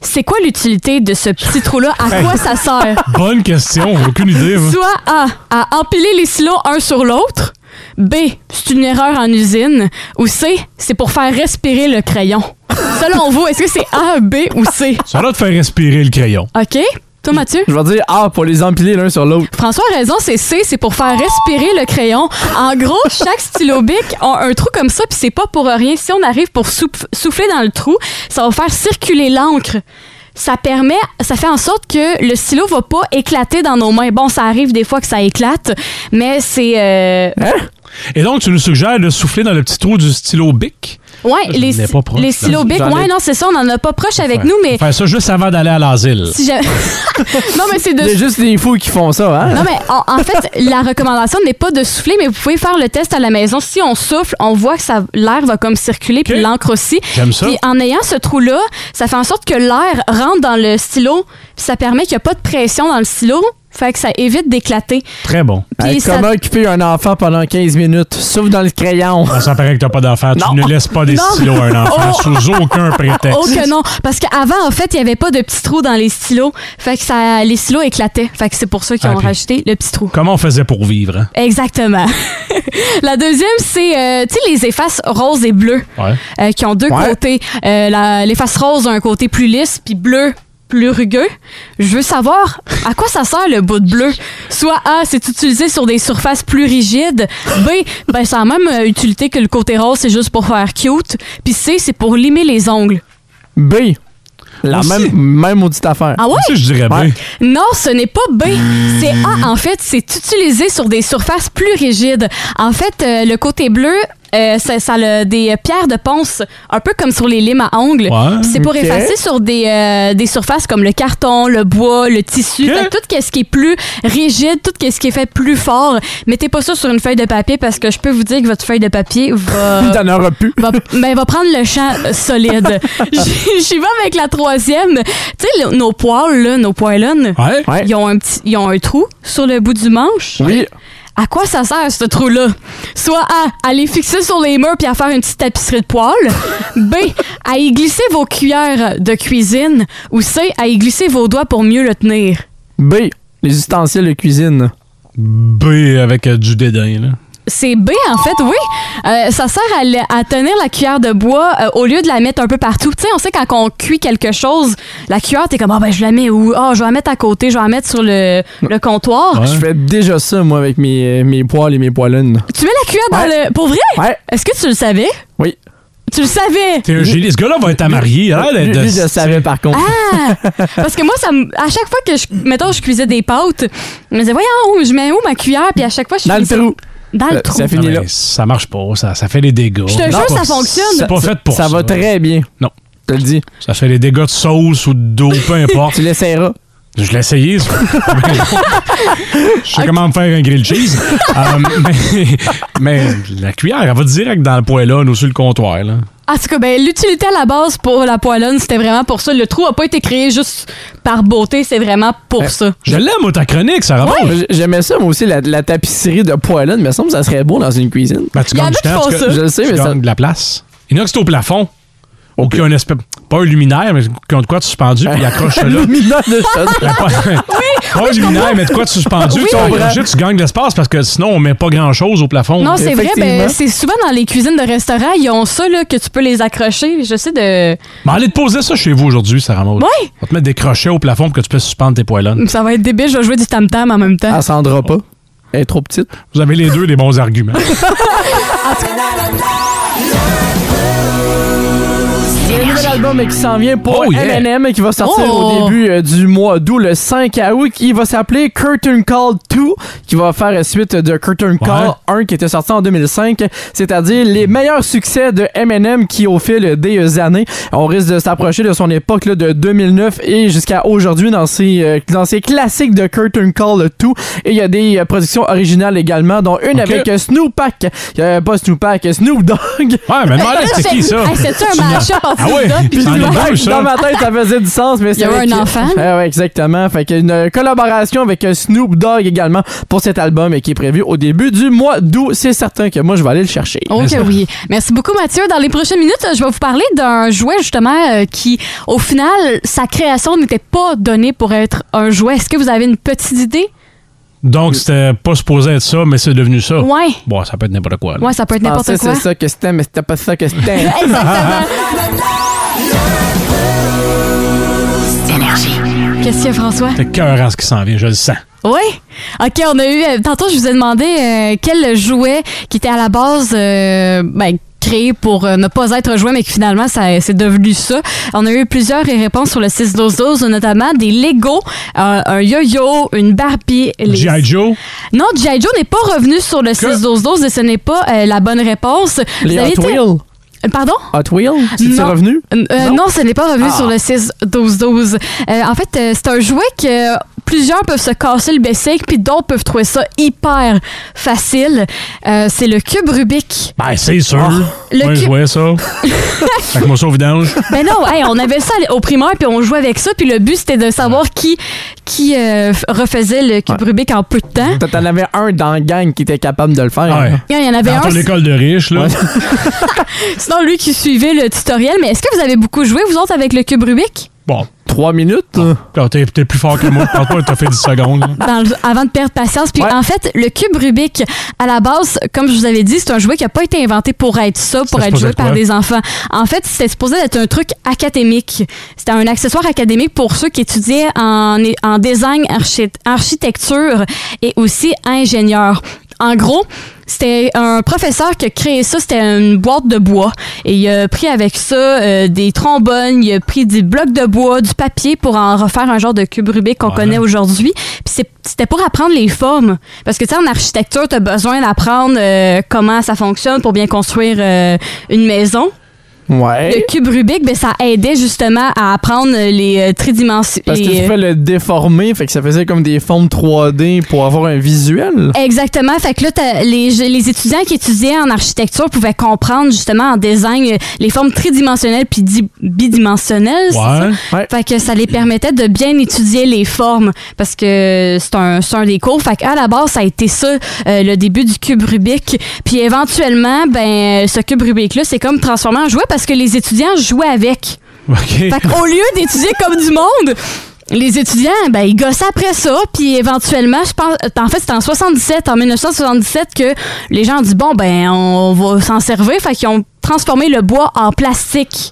Speaker 3: C'est quoi l'utilité de ce petit trou-là? À quoi ça sert?
Speaker 4: Bonne question, aucune idée. moi.
Speaker 3: Soit A, à empiler les silos un sur l'autre. B, c'est une erreur en usine. Ou C, c'est pour faire respirer le crayon. Selon vous, est-ce que c'est A, B ou C?
Speaker 4: Ça a l'air de faire respirer le crayon.
Speaker 3: OK? Toi, Mathieu?
Speaker 5: Je vais dire A pour les empiler l'un sur l'autre.
Speaker 3: François a raison, c'est C, c'est pour faire respirer le crayon. En gros, chaque stylo bic a un trou comme ça, puis c'est pas pour rien. Si on arrive pour souf- souffler dans le trou, ça va faire circuler l'encre. Ça permet, ça fait en sorte que le stylo va pas éclater dans nos mains. Bon, ça arrive des fois que ça éclate, mais c'est euh,
Speaker 4: Hein? Et donc, tu nous suggères de souffler dans le petit trou du stylo bic.
Speaker 3: ouais
Speaker 4: je
Speaker 3: les,
Speaker 4: n'ai
Speaker 3: sti-
Speaker 4: pas proche,
Speaker 3: les
Speaker 4: là.
Speaker 3: stylos bic.
Speaker 4: J'en ai-
Speaker 3: Ouais, non, c'est ça, on en a pas proche avec nous, mais
Speaker 4: Faire ça juste avant d'aller à l'asile.
Speaker 3: si jamais- non, mais c'est de
Speaker 5: Il y a juste des fous qui font ça, hein?
Speaker 3: Non, mais en, en fait, la recommandation n'est pas de souffler, mais vous pouvez faire le test à la maison. Si on souffle, on voit que ça- l'air va comme circuler, puis l'encre aussi.
Speaker 4: J'aime ça.
Speaker 3: Puis en ayant ce trou-là, ça fait en sorte que l'air rentre dans le stylo, puis ça permet qu'il n'y a pas de pression dans le stylo, fait que ça évite d'éclater.
Speaker 4: Très bon.
Speaker 5: Hey,
Speaker 3: Puis ça-
Speaker 5: Comment occuper un enfant pendant 15 minutes, sauf dans le crayon?
Speaker 4: Ah, Ça paraît que t'as pas d'enfant. Tu ne laisses pas des
Speaker 3: Non.
Speaker 4: stylos à un enfant
Speaker 3: Oh.
Speaker 4: sous aucun prétexte.
Speaker 3: Oh que non! Parce qu'avant, en fait, il n'y avait pas de petits trous dans les stylos, fait que ça, les stylos éclataient. Fait que c'est pour ça qu'ils
Speaker 4: Ah,
Speaker 3: ont
Speaker 4: puis-
Speaker 3: rajouté le petit trou.
Speaker 4: Comment on faisait pour vivre? hein?
Speaker 3: Exactement. la deuxième, c'est, euh, tu sais, les effaces roses et bleues.
Speaker 4: Ouais.
Speaker 3: euh, qui ont deux
Speaker 4: Ouais.
Speaker 3: côtés. Euh, la- les faces roses ont un côté plus lisse, puis bleu plus rugueux. Je veux savoir à quoi ça sert le bout de bleu. Soit A, c'est utilisé sur des surfaces plus rigides. B, ben, ça a même euh, utilité que le côté rose, c'est juste pour faire cute. Puis C, c'est pour limer les ongles.
Speaker 5: B. La
Speaker 3: Aussi.
Speaker 5: même, même maudite affaire.
Speaker 3: Ah ouais? Aussi, je
Speaker 4: dirais B.
Speaker 3: Non, ce n'est pas B. C'est A, en fait. C'est utilisé sur des surfaces plus rigides. En fait, euh, le côté bleu, euh, ça, ça a des pierres de ponce, un peu comme sur les limes à ongles.
Speaker 2: Ouais,
Speaker 3: Puis c'est pour
Speaker 2: ok.
Speaker 3: effacer sur des, euh, des surfaces comme le carton, le bois, le tissu. Fait que tout ce qui est plus rigide, tout ce qui est fait plus fort. Mettez pas ça sur une feuille de papier parce que je peux vous dire que votre feuille de papier va...
Speaker 5: T'en auras plus.
Speaker 3: Va, ben, va prendre le champ euh, solide. J'y j'y vais avec la troisième. Tu sais, le- nos poils, là, nos poilons, ils, ont un petit, ils ont un trou sur le bout du manche.
Speaker 5: Oui.
Speaker 3: À quoi ça sert, ce trou-là? Soit A, à les fixer sur les murs puis à faire une petite tapisserie de poils. B, à y glisser vos cuillères de cuisine. Ou C, à y glisser vos doigts pour mieux le tenir.
Speaker 5: B. Les ustensiles de cuisine.
Speaker 4: B avec euh, du dédain, là.
Speaker 3: C'est B, en fait, oui. Euh, ça sert à, le- à tenir la cuillère de bois euh, au lieu de la mettre un peu partout. Tu sais, on sait quand on cuit quelque chose, la cuillère, t'es comme, ah ben je la mets où? Ah, je vais la mettre à côté, je vais la mettre sur le, le comptoir.
Speaker 5: Je fais déjà ça, moi, avec mes, mes poils et mes poilons.
Speaker 3: Tu mets la cuillère dans le. Pour vrai? Est-ce que tu le savais?
Speaker 5: Oui.
Speaker 3: Tu le savais?
Speaker 4: T'es un génie. Ce gars-là va être à marier. hein,
Speaker 5: Lui,
Speaker 4: de- de-
Speaker 5: lui, je le savais, par contre.
Speaker 3: Ah! Parce que moi, ça me- à chaque fois que je. Mettons, je cuisais des pâtes, je me disais, voyons, où- je mets où ma cuillère? Puis à chaque fois, je
Speaker 4: Dans le
Speaker 3: finissais-
Speaker 4: trou.
Speaker 3: Dans le
Speaker 4: Euh,
Speaker 3: trou.
Speaker 4: Ça finit là. Ça marche pas, ça, ça fait des dégâts.
Speaker 3: Je te jure, ça fonctionne.
Speaker 4: C'est pas
Speaker 3: Ça-
Speaker 4: fait pour ça.
Speaker 5: ça va très bien.
Speaker 4: Non.
Speaker 5: Je te le dis.
Speaker 4: Ça fait des dégâts de sauce ou d'eau, peu importe.
Speaker 5: tu l'essayeras.
Speaker 4: Je l'ai essayé. ça. Mais- je sais comment me faire un grilled cheese. Euh, mais, mais la cuillère, elle va direct dans le poêlon ou sur le comptoir. Là.
Speaker 3: En tout cas, ben, l'utilité à la base pour la poilonne, c'était vraiment pour ça. Le trou a pas été créé juste par beauté, c'est vraiment
Speaker 5: Ben,
Speaker 3: pour ça.
Speaker 4: Je l'aime, moi, ta chronique, ça remonte.
Speaker 5: J- J'aimais ça, moi aussi, la, la tapisserie de poilons. Mais ça me semble que ça serait beau dans une cuisine.
Speaker 4: Ben, tu gagnes du temps, parce que
Speaker 5: Je le sais,
Speaker 4: tu
Speaker 5: mais ça.
Speaker 4: gagnes de la place. Il y en a que c'est au plafond. Ou qui ont une espèce. Pas un luminaire, mais qui ont de quoi de suspendu, puis ils accrochent ça là.
Speaker 5: Hein? Luminaire de
Speaker 4: oui, Pas un luminaire, mais de quoi de suspendu,
Speaker 3: Oui.
Speaker 4: tu,
Speaker 3: Je comprends.
Speaker 4: accroches, tu gagnes de l'espace parce que sinon, on met pas grand-chose au plafond.
Speaker 3: Non, c'est vrai, ben, c'est souvent dans les cuisines de restaurants, ils ont ça, là, que tu peux les accrocher. Je sais de.
Speaker 4: Mais allez te poser ça chez vous aujourd'hui, Sarah Maud.
Speaker 3: Ouais.
Speaker 4: On va te mettre des crochets au plafond pour que tu puisses suspendre tes poilons.
Speaker 3: Ça va être débile, je vais jouer du tam-tam en même temps.
Speaker 5: Elle s'en rendra pas. Elle est trop petite.
Speaker 4: Vous avez les deux des bons arguments.
Speaker 5: Il y a un nouvel album qui s'en vient pour
Speaker 2: Oh, yeah.
Speaker 5: M&M qui va sortir
Speaker 2: Oh.
Speaker 5: au début euh, du mois d'août, le 5 août, qui va s'appeler Curtain Call 2, qui va faire euh, suite de Curtain Call 1 qui était sorti en 2005, c'est-à-dire les meilleurs succès de M&M qui, au fil des euh, années, on risque de s'approcher de son époque là, de 2009 et jusqu'à aujourd'hui dans ses, euh, dans ses classiques de Curtain Call 2. Et il y a des euh, productions originales également, dont une
Speaker 4: Ok.
Speaker 5: avec euh, Snoop Pack, Euh, pas Snoop Pack, Snoop Dogg.
Speaker 4: Ouais, mais demandez, c'est qui ça?
Speaker 3: Ben, Hey, c'est-tu un
Speaker 4: Tu me-
Speaker 3: mashup entre
Speaker 4: Ah ouais,
Speaker 3: Snoop Dogg
Speaker 5: Puis
Speaker 4: C'en est
Speaker 5: dans-
Speaker 4: deux, ça.
Speaker 5: dans ma tête, ça faisait du sens,
Speaker 4: Il
Speaker 5: mais
Speaker 4: y
Speaker 5: c'est
Speaker 4: avait
Speaker 5: avec-
Speaker 4: un enfant.
Speaker 5: Ah ouais, exactement. Fait qu'une euh, collaboration avec euh, Snoop Dogg également pour cet album et qui est prévu au début du mois d'août. C'est certain que moi, je vais aller le chercher.
Speaker 3: Ok, Oh oui. Merci beaucoup, Mathieu. Dans les prochaines minutes, je vais vous parler d'un jouet, justement, euh, qui, au final, sa création n'était pas donnée pour être un jouet. Est-ce que vous avez une petite idée?
Speaker 4: Donc, c'était pas supposé être ça, mais c'est devenu ça.
Speaker 3: Ouais.
Speaker 4: Bon, ça peut être n'importe quoi. là.
Speaker 3: Ouais, ça peut être
Speaker 5: Je
Speaker 3: n'importe
Speaker 5: pensais
Speaker 3: quoi.
Speaker 5: c'est Ah, ça que c'était, mais c'était pas ça que c'était.
Speaker 2: Énergie.
Speaker 3: Qu'est-ce qu'il y a, François?
Speaker 4: C'est cœur en ce qui s'en vient, je le sens.
Speaker 3: Oui. OK, on a eu. euh, tantôt, je vous ai demandé euh, quel jouet qui était à la base. euh, ben, créé pour euh, ne pas être un jouet, mais que finalement, ça, c'est devenu ça. On a eu plusieurs réponses sur le 6-12-12, notamment des Lego, euh, un yo-yo, une Barbie. les-
Speaker 4: G.I. Joe.
Speaker 3: Non, G.I. Joe n'est pas revenu sur le 6-12-12 et ce n'est pas euh, la bonne réponse.
Speaker 5: Les
Speaker 3: Vous avez
Speaker 5: Hot
Speaker 3: été-
Speaker 5: Wheels.
Speaker 3: Euh, Pardon?
Speaker 5: Hot Wheels? C'est-tu
Speaker 3: Non.
Speaker 5: revenu?
Speaker 3: Euh, euh, non. ce n'est pas revenu
Speaker 5: Ah.
Speaker 3: sur le 6-12-12. Euh, en fait, euh, c'est un jouet que euh, plusieurs peuvent se casser le bessic, puis d'autres peuvent trouver ça hyper facile. Euh, c'est le cube Rubik.
Speaker 4: Ben, c'est sûr.
Speaker 3: Le
Speaker 4: Moi,
Speaker 3: cul-
Speaker 4: je jouais ça. fait que moi, ça au vidange.
Speaker 3: Ben non, hey, on avait ça au primaire, puis on jouait avec ça, puis le but, c'était de savoir qui, qui euh, f- refaisait le cube Rubik en peu de temps.
Speaker 5: T'en t'en avais un dans la gang qui était capable de le faire.
Speaker 4: Ah, Ouais.
Speaker 3: Il y en avait
Speaker 4: Dans
Speaker 3: un,
Speaker 4: ton école de riche, là.
Speaker 3: sinon lui qui suivait le tutoriel. Mais est-ce que vous avez beaucoup joué, vous autres, avec le cube Rubik?
Speaker 4: Bon.
Speaker 5: Trois minutes?
Speaker 4: Quand t'es t'es plus fort que moi, parle pas, t'as fait 10 secondes. là.
Speaker 3: dans le- avant de perdre patience. Puis en fait, le cube Rubik, à la base, comme je vous avais dit, c'est un jouet qui n'a pas été inventé pour être ça, pour
Speaker 4: C'était
Speaker 3: être
Speaker 4: supposé
Speaker 3: joué
Speaker 4: être
Speaker 3: par
Speaker 4: quoi?
Speaker 3: des enfants. En fait, c'était supposé être un truc académique. C'était un accessoire académique pour ceux qui étudiaient en, en design, archi- architecture et aussi ingénieur. En gros, c'était un professeur qui a créé ça, c'était une boîte de bois. Et il a pris avec ça euh, des trombones, il a pris des blocs de bois, du papier pour en refaire un genre de cube Rubik qu'on connaît aujourd'hui. Puis c'est- c'était pour apprendre les formes. Parce que tu sais, en architecture, tu as besoin d'apprendre euh, comment ça fonctionne pour bien construire euh, une maison.
Speaker 5: Ouais.
Speaker 3: Le cube Rubik, ben, ça aidait justement à apprendre les euh, tridimensions.
Speaker 5: Parce que tu
Speaker 3: les-
Speaker 5: pouvais le déformer, fait que ça faisait comme des formes 3D pour avoir un visuel.
Speaker 3: euh, Exactement. Fait que là, t'as- les, les étudiants qui étudiaient en architecture pouvaient comprendre justement en design euh, les formes tridimensionnelles puis di- bidimensionnelles. c'est ça?
Speaker 5: Ouais.
Speaker 3: Fait que ça les permettait de bien étudier les formes parce que c'est un, c'est un des cours. Fait qu'à la base, ça a été ça, euh, le début du cube Rubik. Puis éventuellement, ben, ce cube Rubik-là, c'est comme transformé en jouet parce que les étudiants jouaient avec.
Speaker 4: OK.
Speaker 3: Fait qu'au lieu d'étudier comme du monde, les étudiants, ben, ils gossaient après ça, puis éventuellement, je pense, en fait, c'était en 77, en 1977, que les gens ont dit, bon, ben, on va s'en servir, fait qu'ils ont transformé le bois en plastique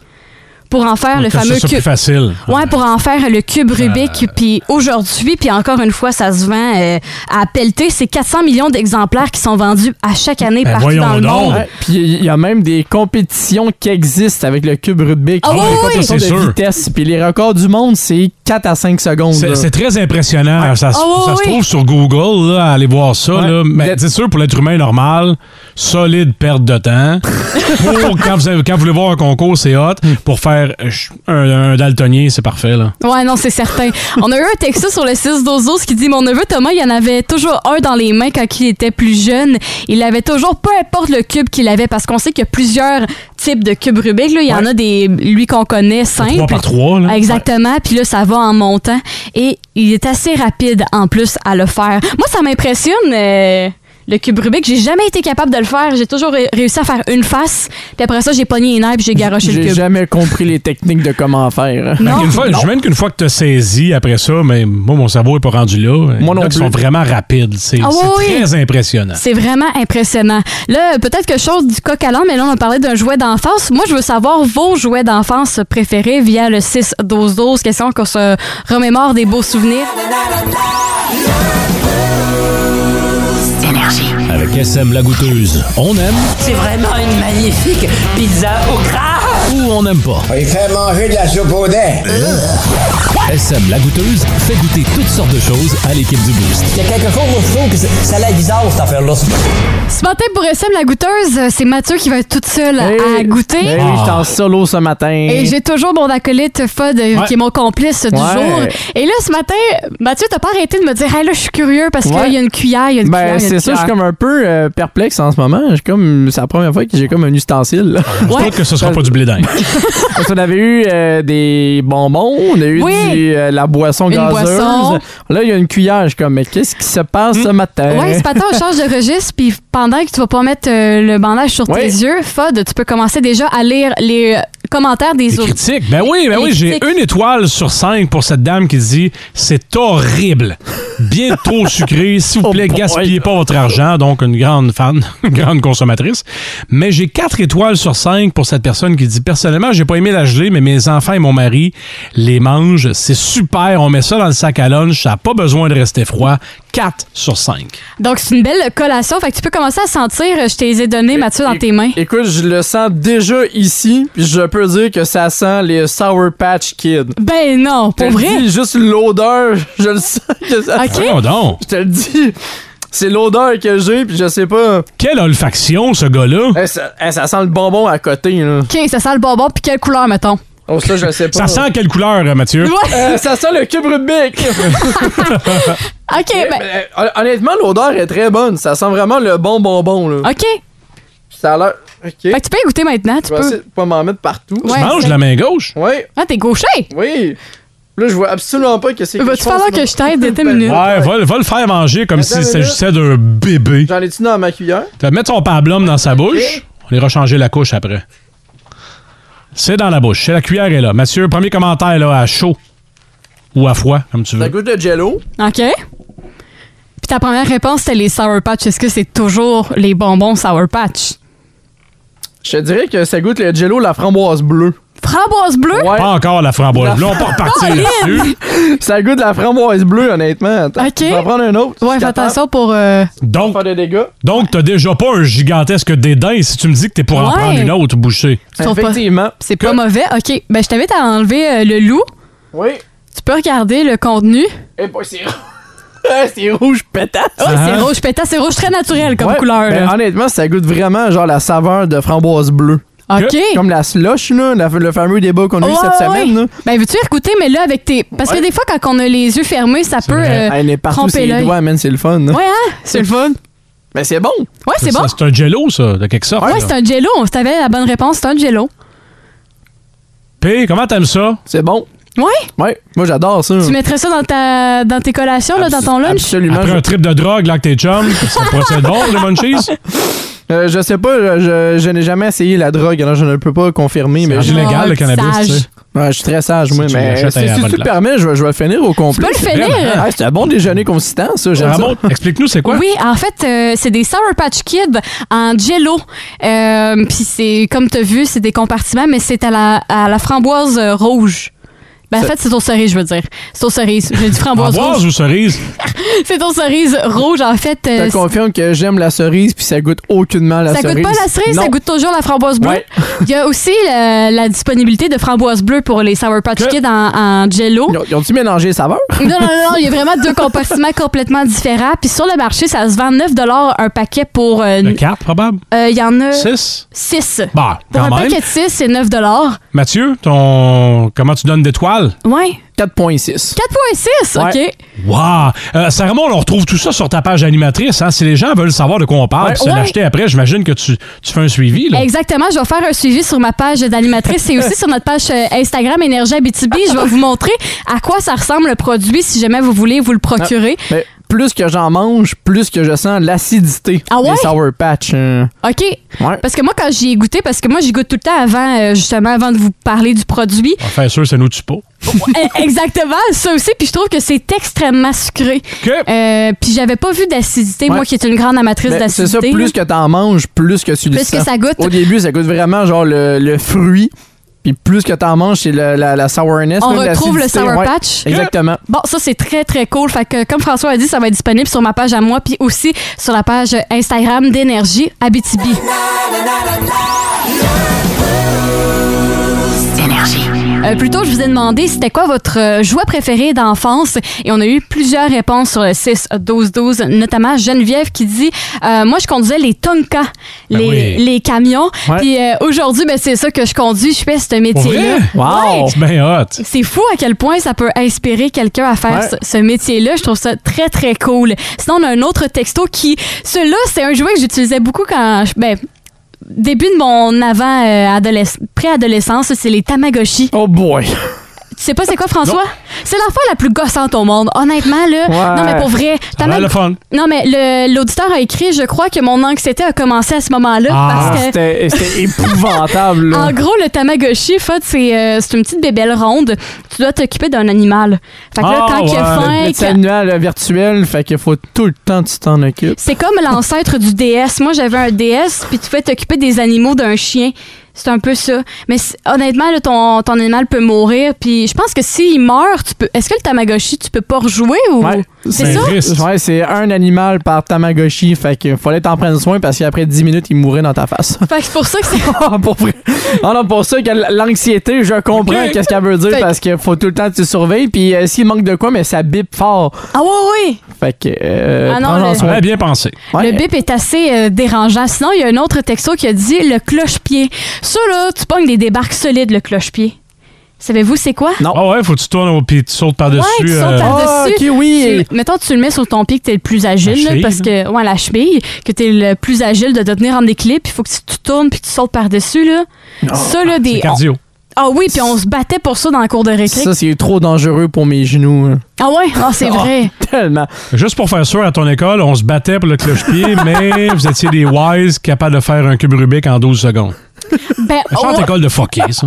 Speaker 3: pour en faire le
Speaker 4: Comme ça,
Speaker 3: fameux
Speaker 4: c'est
Speaker 3: cube.
Speaker 4: plus facile.
Speaker 3: Ouais, pour en faire le cube
Speaker 4: Euh,
Speaker 3: Rubik. Puis aujourd'hui, puis encore une fois, ça se vend euh, à pelleter. C'est 400 millions d'exemplaires qui sont vendus à chaque année
Speaker 5: Ben
Speaker 3: partout dans le monde.
Speaker 5: Ouais, Puis il y a même des compétitions qui existent avec le cube Rubik.
Speaker 3: Ah
Speaker 5: Des
Speaker 3: oui, oui,
Speaker 4: oui.
Speaker 5: compétitions de
Speaker 4: C'est sûr.
Speaker 5: vitesse. Puis les records du monde, c'est 4 à 5 secondes.
Speaker 4: C'est
Speaker 5: là.
Speaker 4: c'est très impressionnant. Ça, se-
Speaker 5: Oh,
Speaker 4: ça
Speaker 5: oui,
Speaker 4: se
Speaker 5: oui.
Speaker 4: trouve sur Google, là, aller voir ça.
Speaker 5: Ouais.
Speaker 4: là. Mais c'est sûr, pour l'être humain normal, solide perte de temps. pour, quand, vous avez- quand vous voulez voir un concours, c'est hot. Pour faire euh, ch- un, un daltonien, c'est parfait. Là.
Speaker 3: Ouais, non, c'est certain. On a eu un texte sur le 6 12 qui dit Mon neveu Thomas, il en avait toujours un dans les mains quand il était plus jeune. Il avait toujours, peu importe le cube qu'il avait, parce qu'on sait qu'il y a plusieurs types de cubes Rubik. Là. Il y en a des, lui qu'on connaît, simples.
Speaker 4: Trois par trois, là.
Speaker 3: Exactement. Puis là, ça va en montant. Et il est assez rapide, en plus, à le faire. Moi, ça m'impressionne. euh, Le cube Rubik, j'ai jamais été capable de le faire. J'ai toujours ré- réussi à faire une face. Puis après ça, j'ai pogné une nerfs puis j'ai garoché le
Speaker 5: J'ai
Speaker 3: cube.
Speaker 5: jamais compris les techniques de comment faire.
Speaker 3: Non.
Speaker 4: Une fois, J'imagine qu'une fois que tu as saisi après ça, mais moi, mon cerveau n'est pas rendu là.
Speaker 5: Moi
Speaker 4: Il y en a
Speaker 5: non
Speaker 4: qui
Speaker 5: plus.
Speaker 4: sont vraiment rapides. C'est
Speaker 3: Ah oui,
Speaker 4: c'est
Speaker 3: oui.
Speaker 4: très impressionnant.
Speaker 3: C'est vraiment impressionnant. Là, peut-être quelque chose du coq à l'âne, mais là, on a parlé d'un jouet d'enfance. Moi, je veux savoir vos jouets d'enfance préférés via le 6-12-12. Question qu'on se remémore des beaux souvenirs.
Speaker 2: Énergie.
Speaker 1: Avec SM la goûteuse, on aime
Speaker 11: C'est vraiment une magnifique pizza au gras.
Speaker 1: ou on n'aime pas.
Speaker 12: Il fait manger de la soupe au dent.
Speaker 1: SM la goûteuse fait goûter toutes sortes de choses à l'équipe du Boost.
Speaker 13: Il y a quelquefois où je trouve que c'est- ça a l'air bizarre, cette affaire-là.
Speaker 3: Ce matin, pour SM, la goûteuse, euh, c'est Mathieu qui va être toute seule à- à goûter. Ah.
Speaker 5: Ben oui, j'étais en solo ce matin.
Speaker 3: Et j'ai toujours mon acolyte Fod, euh,
Speaker 5: Ouais.
Speaker 3: qui est mon complice du
Speaker 5: Ouais.
Speaker 3: jour. Et là, ce matin, Mathieu, t'as pas arrêté de me dire Hey, là, je suis curieux parce qu'il
Speaker 5: Ouais.
Speaker 3: y a une cuillère, il y a une cuillère.
Speaker 5: Ben,
Speaker 3: il y a une
Speaker 5: c'est ça, je suis
Speaker 3: cuillère.
Speaker 5: comme un peu euh, perplexe en ce moment. Je suis comme, c'est la première fois que j'ai comme un ustensile.
Speaker 4: Je trouve que ce sera pas du blé d'Inde.
Speaker 5: Parce qu'on avait eu euh, des bonbons, on a eu
Speaker 3: Oui.
Speaker 5: du, euh, la boisson
Speaker 3: Une
Speaker 5: gazeuse.
Speaker 3: boisson. Hmm.
Speaker 5: Là, il y a une cuillère. Je suis comme, mais qu'est-ce qui se passe ce matin?
Speaker 3: Ouais, ce matin, on change de registre, puis pendant que tu vas pas mettre euh, le bandage sur
Speaker 5: Ouais.
Speaker 3: tes yeux, Fod, tu peux commencer déjà à lire les euh, commentaires des autres.
Speaker 4: Critique. Ben oui, ben oui, j'ai une étoile sur cinq pour cette dame qui dit c'est horrible, bien trop sucré, s'il vous plaît,
Speaker 3: Oh
Speaker 4: gaspillez pas votre argent. Donc une grande fan, une grande consommatrice. Mais j'ai quatre étoiles sur cinq pour cette personne qui dit personnellement j'ai pas aimé la gelée, mais mes enfants et mon mari les mangent, c'est super. On met ça dans le sac à lunch, ça a pas besoin de rester froid. 4 sur 5.
Speaker 3: Donc, c'est une belle collation. Fait que tu peux commencer à sentir, euh, je te les ai donnés, Mathieu, dans tes mains.
Speaker 5: Écoute, je le sens déjà ici, puis je peux dire que ça sent les Sour Patch Kids.
Speaker 3: Ben non,
Speaker 5: pour
Speaker 3: vrai?
Speaker 5: juste l'odeur, je le sens que ça
Speaker 4: Ok.
Speaker 3: Hein?
Speaker 4: Voyons donc.
Speaker 5: Je te le dis. C'est l'odeur que j'ai, puis je sais pas.
Speaker 4: Quelle olfaction, ce gars-là!
Speaker 5: ça, eh, ça sent le bonbon à côté, là.
Speaker 3: OK, ça sent le bonbon, puis quelle couleur, mettons?
Speaker 5: Oh, ça, je sais
Speaker 4: Ça
Speaker 5: pas.
Speaker 4: sent quelle couleur, euh, Mathieu?
Speaker 3: Ouais.
Speaker 5: Euh, ça sent le cube Rubik!
Speaker 3: OK, ben.
Speaker 5: Mais, euh, hon- Honnêtement, l'odeur est très bonne. Ça sent vraiment le bon bonbon, là.
Speaker 3: OK.
Speaker 5: Ça a l'air. OK.
Speaker 3: Ah. Fait que tu peux y goûter maintenant, tu
Speaker 5: Je vais
Speaker 3: peux.
Speaker 5: essayer de pas m'en mettre partout.
Speaker 3: Tu Ouais, manges c'est- la
Speaker 4: main gauche?
Speaker 5: Oui.
Speaker 3: Ah, t'es gaucher?
Speaker 5: Oui. Là, je vois absolument pas que c'est. que
Speaker 3: Vas-tu
Speaker 5: je pense,
Speaker 3: falloir que
Speaker 5: non.
Speaker 3: je t'aide? Deux
Speaker 5: Ben,
Speaker 3: minutes.
Speaker 4: Ouais, va, le- va le faire manger comme
Speaker 5: Attends
Speaker 4: s'il
Speaker 5: une
Speaker 4: s'agissait d'un bébé.
Speaker 5: J'en ai-tu dans ma cuillère?
Speaker 4: Tu vas mettre son pablum dans sa bouche, on ira changer la couche après. C'est dans la bouche, c'est la cuillère est là. Mathieu, premier commentaire là, à chaud ou à froid, comme tu
Speaker 5: Ça
Speaker 4: veux.
Speaker 5: goûte le jello.
Speaker 3: OK. Puis ta première réponse, c'était les Sour Patch. Est-ce que c'est toujours les bonbons Sour Patch?
Speaker 5: Je te dirais que ça goûte le jello, la framboise bleue.
Speaker 3: Framboise bleue?
Speaker 5: Ouais.
Speaker 4: Pas encore la framboise
Speaker 5: La-
Speaker 4: bleue, on peut repartir là-dessus.
Speaker 5: ça goûte la framboise bleue, honnêtement. Attends,
Speaker 3: OK.
Speaker 5: Je vais en prendre un autre.
Speaker 3: Ouais, fais attention pour. euh,
Speaker 4: Donc,
Speaker 5: Faire des dégâts.
Speaker 4: donc t'as déjà pas un gigantesque dédain si tu me dis que t'es pour en
Speaker 3: Ouais.
Speaker 4: prendre une autre bouchée.
Speaker 3: ils sont pas-
Speaker 5: Effectivement.
Speaker 3: C'est pas mauvais. OK. Ben, je t'invite à enlever euh, le loup.
Speaker 5: Oui.
Speaker 3: Tu peux regarder le contenu.
Speaker 5: Eh boy, c'est rou- Ah, c'est rouge pétasse.
Speaker 3: Ouais, c'est rouge pétasse. C'est rouge très naturel comme
Speaker 5: Ah, Ouais,
Speaker 3: couleur.
Speaker 5: ben,
Speaker 3: là.
Speaker 5: honnêtement, ça goûte vraiment genre la saveur de framboise bleue.
Speaker 3: OK.
Speaker 5: Comme la slush, là, la- le fameux débat qu'on a eu
Speaker 3: Ouais,
Speaker 5: cette
Speaker 3: ouais,
Speaker 5: semaine.
Speaker 3: ouais.
Speaker 5: là.
Speaker 3: Ben, veux-tu y goûter, mais là, avec tes. Parce que des fois, quand on a les yeux fermés, ça peut euh,
Speaker 5: Elle est partout
Speaker 3: tromper
Speaker 5: ses
Speaker 3: l'œil.
Speaker 5: doigts, man, c'est le fun. là.
Speaker 3: Ouais, hein? C'est le fun.
Speaker 5: Mais c'est bon.
Speaker 3: Ouais, c'est
Speaker 4: Ça,
Speaker 3: bon.
Speaker 4: C'est un jello, ça, de quelque sorte.
Speaker 3: Ouais,
Speaker 4: là.
Speaker 3: c'est un jello. On t'avait la bonne réponse. C'est un jello.
Speaker 4: P, comment t'aimes ça?
Speaker 5: C'est bon.
Speaker 3: Ouais.
Speaker 5: Ouais, moi j'adore ça.
Speaker 3: Tu mettrais ça dans, ta, dans tes collations, là, dans ton lunch?
Speaker 5: Hum. Absolument.
Speaker 4: Après un trip de drogue là que tes chums, ça pourrait être bon, les munchies?
Speaker 5: Euh, je sais pas, je, je- je n'ai jamais essayé la drogue, alors je ne peux pas confirmer. Mais
Speaker 4: C'est
Speaker 5: je,
Speaker 4: illégal, le
Speaker 3: Oh,
Speaker 4: cannabis, tu
Speaker 3: sage.
Speaker 4: sais.
Speaker 5: Ouais, je suis très sage, moi.
Speaker 4: Si tu
Speaker 5: mais si,
Speaker 4: l'achètes à la
Speaker 5: si
Speaker 4: bonne
Speaker 5: tu le
Speaker 4: place.
Speaker 5: permets, je, vais- je vais le finir au complet.
Speaker 3: peux le finir.
Speaker 5: Vraiment. Ouais, c'est un bon déjeuner consistant, ça. J'aime ça.
Speaker 4: Ramon, explique-nous, c'est quoi?
Speaker 3: Oui, en fait, euh, c'est des Sour Patch Kids en jello. Euh, Puis c'est, comme tu as vu, c'est des compartiments, mais c'est à la, à la framboise euh, rouge. Ben, en fait, c'est aux cerises, je veux dire. C'est aux cerises. J'ai dit framboise
Speaker 5: Ah,
Speaker 4: Framboise
Speaker 3: rouge.
Speaker 4: ou cerise?
Speaker 3: C'est aux cerises rouges, en fait.
Speaker 5: Je
Speaker 3: euh,
Speaker 5: te confirme que j'aime la cerise, puis ça goûte aucunement la
Speaker 3: ça
Speaker 5: cerise.
Speaker 3: goûte pas la cerise,
Speaker 5: Non.
Speaker 3: ça goûte toujours la framboise bleue.
Speaker 5: Ouais.
Speaker 3: Il y a aussi la, la disponibilité de framboise bleue pour les Sour Patch
Speaker 5: Que-
Speaker 3: Kids en, en jello.
Speaker 5: Ils ont- Ils ont-tu mélangé les saveurs?
Speaker 3: Non, non, non, il y a vraiment deux compartiments complètement différents. Puis sur le marché, ça se vend 9 un paquet pour. euh,
Speaker 4: Le
Speaker 3: euh,
Speaker 4: 4, probable?
Speaker 3: Il y en a
Speaker 4: 6?
Speaker 3: 6.
Speaker 4: Bah,
Speaker 3: Euh, Pour un
Speaker 4: quand même.
Speaker 3: paquet de 6, c'est 9
Speaker 4: Mathieu, ton comment tu donnes d'étoiles?
Speaker 3: Ouais.
Speaker 5: 4.6.
Speaker 3: 4,6.
Speaker 5: Ouais.
Speaker 3: OK.
Speaker 4: Wow! Euh, Sarah Maud, on retrouve tout ça sur ta page animatrice. Hein? Si les gens veulent savoir de quoi on parle
Speaker 3: Ouais.
Speaker 4: puis se
Speaker 3: Ouais.
Speaker 4: l'acheter après, j'imagine que tu, tu fais un suivi. Là.
Speaker 3: Exactement. Je vais faire un suivi sur ma page d'animatrice et aussi sur notre page euh, Instagram Énergie Abitibi. Je vais vous montrer à quoi ça ressemble le produit si jamais vous voulez vous le procurer.
Speaker 5: Mais plus que j'en mange, plus que je sens l'acidité
Speaker 3: Ah ouais?
Speaker 5: des Sour Patch. hein.
Speaker 4: Ah.
Speaker 3: OK.
Speaker 5: Ouais.
Speaker 3: Parce que moi, quand j'y ai goûté, parce que moi, j'y goûte tout le temps avant, euh, justement, avant de vous parler du produit.
Speaker 4: Enfin, sûr, ça nous tue pas.
Speaker 3: Eh, Exactement, ça aussi. Puis je trouve que c'est extrêmement sucré.
Speaker 4: Que-
Speaker 3: Euh, puis j'avais pas vu d'acidité,
Speaker 5: Ouais.
Speaker 3: moi qui est une grande amatrice
Speaker 5: Mais Ben, C'est
Speaker 3: d'acidité.
Speaker 5: ça, plus que t'en manges, plus que tu le
Speaker 3: Plus que
Speaker 5: sens.
Speaker 3: ça goûte.
Speaker 5: Au début, ça goûte vraiment genre le, le fruit. Puis plus que t'en manges, c'est la, la, la sourness.
Speaker 3: On
Speaker 5: là, de
Speaker 3: retrouve le
Speaker 5: l'acidité.
Speaker 3: Sour
Speaker 5: Ouais,
Speaker 3: Patch.
Speaker 5: Exactement.
Speaker 3: Bon, ça c'est très très cool. Fait que comme François a dit, ça va être disponible sur ma page à moi, puis aussi sur la page Instagram d'énergie Abitibi.
Speaker 2: Énergie.
Speaker 3: Euh, plus tôt, je vous ai demandé c'était quoi votre euh, jouet préféré d'enfance et on a eu plusieurs réponses sur le 6 12 12 notamment Geneviève qui dit euh, moi je conduisais les Tonka,
Speaker 14: Ben
Speaker 3: les,
Speaker 14: oui.
Speaker 3: les camions.
Speaker 14: Ouais.
Speaker 3: Puis euh, aujourd'hui, ben c'est ça que je conduis, je fais ce
Speaker 4: Pour vrai?
Speaker 3: métier-là. Ouais.
Speaker 4: C'est bien hot.
Speaker 3: C'est fou à quel point ça peut inspirer quelqu'un à faire
Speaker 4: Ouais.
Speaker 3: ce, ce métier-là. Je trouve ça très, très cool. Sinon, on a un autre texto qui... Celui-là, c'est un jouet que j'utilisais beaucoup quand... je- ben, début de mon avant euh, adoles- préadolescence, c'est les Tamagotchi.
Speaker 5: Oh boy!
Speaker 3: Tu sais pas c'est quoi, François? C'est la fois la plus gossante au monde. Honnêtement, là.
Speaker 14: Ouais.
Speaker 3: Non, mais pour vrai.
Speaker 14: Ça a l'air
Speaker 3: Tamag-
Speaker 14: le fun.
Speaker 3: Non, mais le- l'auditeur a écrit, je crois que mon anxiété a commencé à ce moment-là. parce que...
Speaker 5: c'était c'était épouvantable. là.
Speaker 3: En gros, le Tamagotchi, Fod, c'est euh, c'est une petite bébelle ronde. Tu dois t'occuper d'un animal. Fait que là,
Speaker 5: Ah,
Speaker 3: quand il a
Speaker 5: ouais.
Speaker 3: faim,
Speaker 5: Le
Speaker 3: quand-
Speaker 5: petit animal euh, virtuel, fait qu'il faut tout le temps que tu t'en occupes.
Speaker 3: c'est comme l'ancêtre du DS. Moi, j'avais un DS, puis tu pouvais t'occuper des animaux d'un chien. C'est un peu ça. Mais c- honnêtement, là, ton, ton animal peut mourir. Puis je pense que s'il meurt, tu peux. Est-ce que le Tamagotchi, tu peux pas rejouer ou.
Speaker 4: Ben,
Speaker 3: C'est ça?
Speaker 5: Ouais, c'est un animal par Tamagotchi, fait qu'il fallait t'en prendre soin parce qu'après 10 minutes, il mourait dans ta face.
Speaker 3: Fait que c'est pour ça que c'est.
Speaker 5: pour vrai. Ah Non, non, pour ça que l- l'anxiété, je comprends
Speaker 3: Ok.
Speaker 5: qu'est-ce qu'elle veut dire
Speaker 3: Fait que-
Speaker 5: parce qu'il faut tout le temps que tu surveilles, puis euh, s'il manque de quoi, mais ça bip fort.
Speaker 3: Ah oui, oui!
Speaker 5: Fait que. euh,
Speaker 3: Ah non,
Speaker 5: prends-en
Speaker 3: le-
Speaker 5: soin.
Speaker 3: Ouais, bien
Speaker 4: pensé.
Speaker 3: Le bip est assez euh, dérangeant. Sinon, il y a un autre texto qui a dit le cloche-pied. Ça, là, tu pognes des débarques solides, le cloche-pied. Savez-vous c'est quoi?
Speaker 5: Non.
Speaker 4: Ah ouais, faut que tu tournes au- puis tu sautes par-dessus.
Speaker 3: Ouais, tu sautes
Speaker 4: euh,
Speaker 3: par-dessus.
Speaker 5: Ah, ok, oui.
Speaker 3: Tu- mettons, tu le mets sur ton pied que t'es le plus
Speaker 4: La
Speaker 3: agile, là,
Speaker 4: cheville,
Speaker 3: parce que, ouais, la cheville, que t'es le plus agile de te tenir en équilibre, il faut que tu, tu tournes puis tu sautes par-dessus, là. ça, là, des.
Speaker 5: c'est cardio.
Speaker 3: on- Ah oui, puis on se battait pour ça dans la cour de récré.
Speaker 5: Ça, c'est trop dangereux pour mes genoux. hein.
Speaker 3: Ah ouais? Ah, c'est vrai.
Speaker 5: Tellement.
Speaker 4: Juste pour faire sûr, à ton école, on se battait pour le cloche-pied, mais vous étiez des wise capables de faire un cube Rubik en 12 secondes.
Speaker 3: Ben,
Speaker 4: C'est
Speaker 3: au-
Speaker 4: une école de fucké, ça.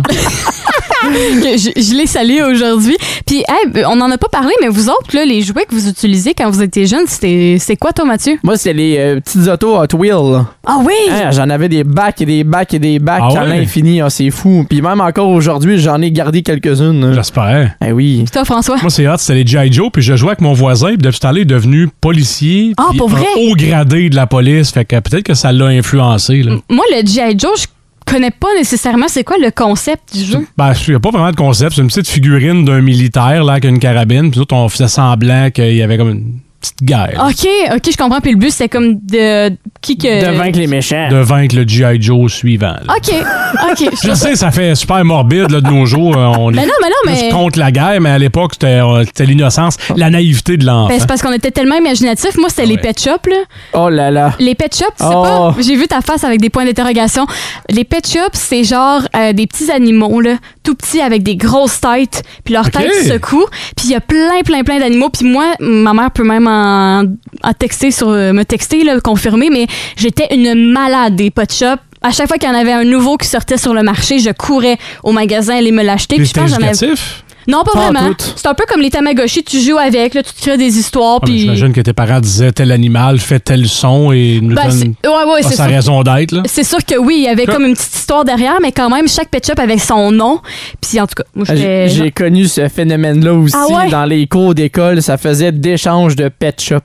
Speaker 3: que je, je les salue aujourd'hui. Puis, hey, ben, on n'en a pas parlé, mais vous autres, là, les jouets que vous utilisez quand vous étiez jeune, c'était c'est quoi, toi, Mathieu?
Speaker 5: Moi, c'est les euh, petites autos Hot Wheels.
Speaker 3: Ah oui!
Speaker 5: Hein, j'en avais des bacs et des bacs et des bacs
Speaker 4: Ah
Speaker 5: à
Speaker 4: ouais?
Speaker 5: l'infini. Ah, c'est fou. Puis même encore aujourd'hui, j'en ai gardé quelques-unes.
Speaker 4: J'espère.
Speaker 5: Eh oui.
Speaker 3: Toi, François?
Speaker 4: Moi, c'est hot, c'était les G.I. Joe, puis je jouais avec mon voisin, puis depuis ce temps-là, il est devenu policier.
Speaker 3: Ah,
Speaker 4: puis
Speaker 3: pour
Speaker 4: un
Speaker 3: vrai?
Speaker 4: haut gradé de la police, fait que peut-être que ça l'a influencé, là.
Speaker 3: Moi, le G.I. Joe, je connais pas nécessairement c'est quoi le concept du jeu.
Speaker 4: Ben, il n'y a pas vraiment de concept. C'est une petite figurine d'un militaire, là, avec une carabine. Puis nous autres, on faisait semblant qu'il y avait comme une petite guerre.
Speaker 3: OK, OK, je comprends. Puis le but, c'est comme de. Qui que.
Speaker 5: les
Speaker 3: Ah,
Speaker 5: méchants.
Speaker 4: De vaincre le G.I. Joe suivant. là.
Speaker 3: OK, OK.
Speaker 4: Je sais, ça fait super morbide là, de nos jours. euh, On
Speaker 3: Ben
Speaker 4: est
Speaker 3: non, ben non,
Speaker 4: plus
Speaker 3: mais-
Speaker 4: contre la guerre, mais à l'époque, c'était euh, c'était l'innocence, la naïveté de l'enfant.
Speaker 3: Ben, c'est parce qu'on était tellement imaginatifs. Moi, c'était les pet shops, là.
Speaker 5: Oh là là.
Speaker 3: Les pet shops, tu sais
Speaker 5: Oh.
Speaker 3: pas, j'ai vu ta face avec des points d'interrogation. Les pet shops, c'est genre euh, des petits animaux, là, tout petits avec des grosses têtes, puis leur
Speaker 14: Ok.
Speaker 3: tête secoue, puis il y a plein, plein, plein d'animaux. Puis moi, ma mère peut même en, en texter sur, euh, me texter, là, confirmer, mais j'étais une malade des pet shops. À chaque fois qu'il y en avait un nouveau qui sortait sur le marché, je courais au magasin aller me l'acheter.
Speaker 4: Puis
Speaker 3: Puis je pense que
Speaker 4: c'était
Speaker 3: j'en avais-
Speaker 4: éducatif?
Speaker 3: Non, pas,
Speaker 4: Pas en
Speaker 3: vraiment.
Speaker 4: tout.
Speaker 3: C'est un peu comme les Tamagotchi, tu joues avec, là, tu te crées des histoires,
Speaker 4: Ah, mais
Speaker 3: puis...
Speaker 4: J'imagine que tes parents disaient tel animal fait tel son et nous
Speaker 3: Ben,
Speaker 4: donne
Speaker 3: c'est- ouais, ouais,
Speaker 4: pas
Speaker 3: c'est
Speaker 4: sa
Speaker 3: sûr.
Speaker 4: raison d'être. là.
Speaker 3: C'est sûr que oui, il y avait comme une petite histoire derrière, mais quand même, chaque pet shop avait son nom. Puis en tout cas, moi,
Speaker 5: Ah, J'ai
Speaker 3: j'étais.
Speaker 5: j'ai connu ce phénomène-là aussi
Speaker 3: Ah ouais?
Speaker 5: dans les cours d'école. Ça faisait d'échanges de pet shop.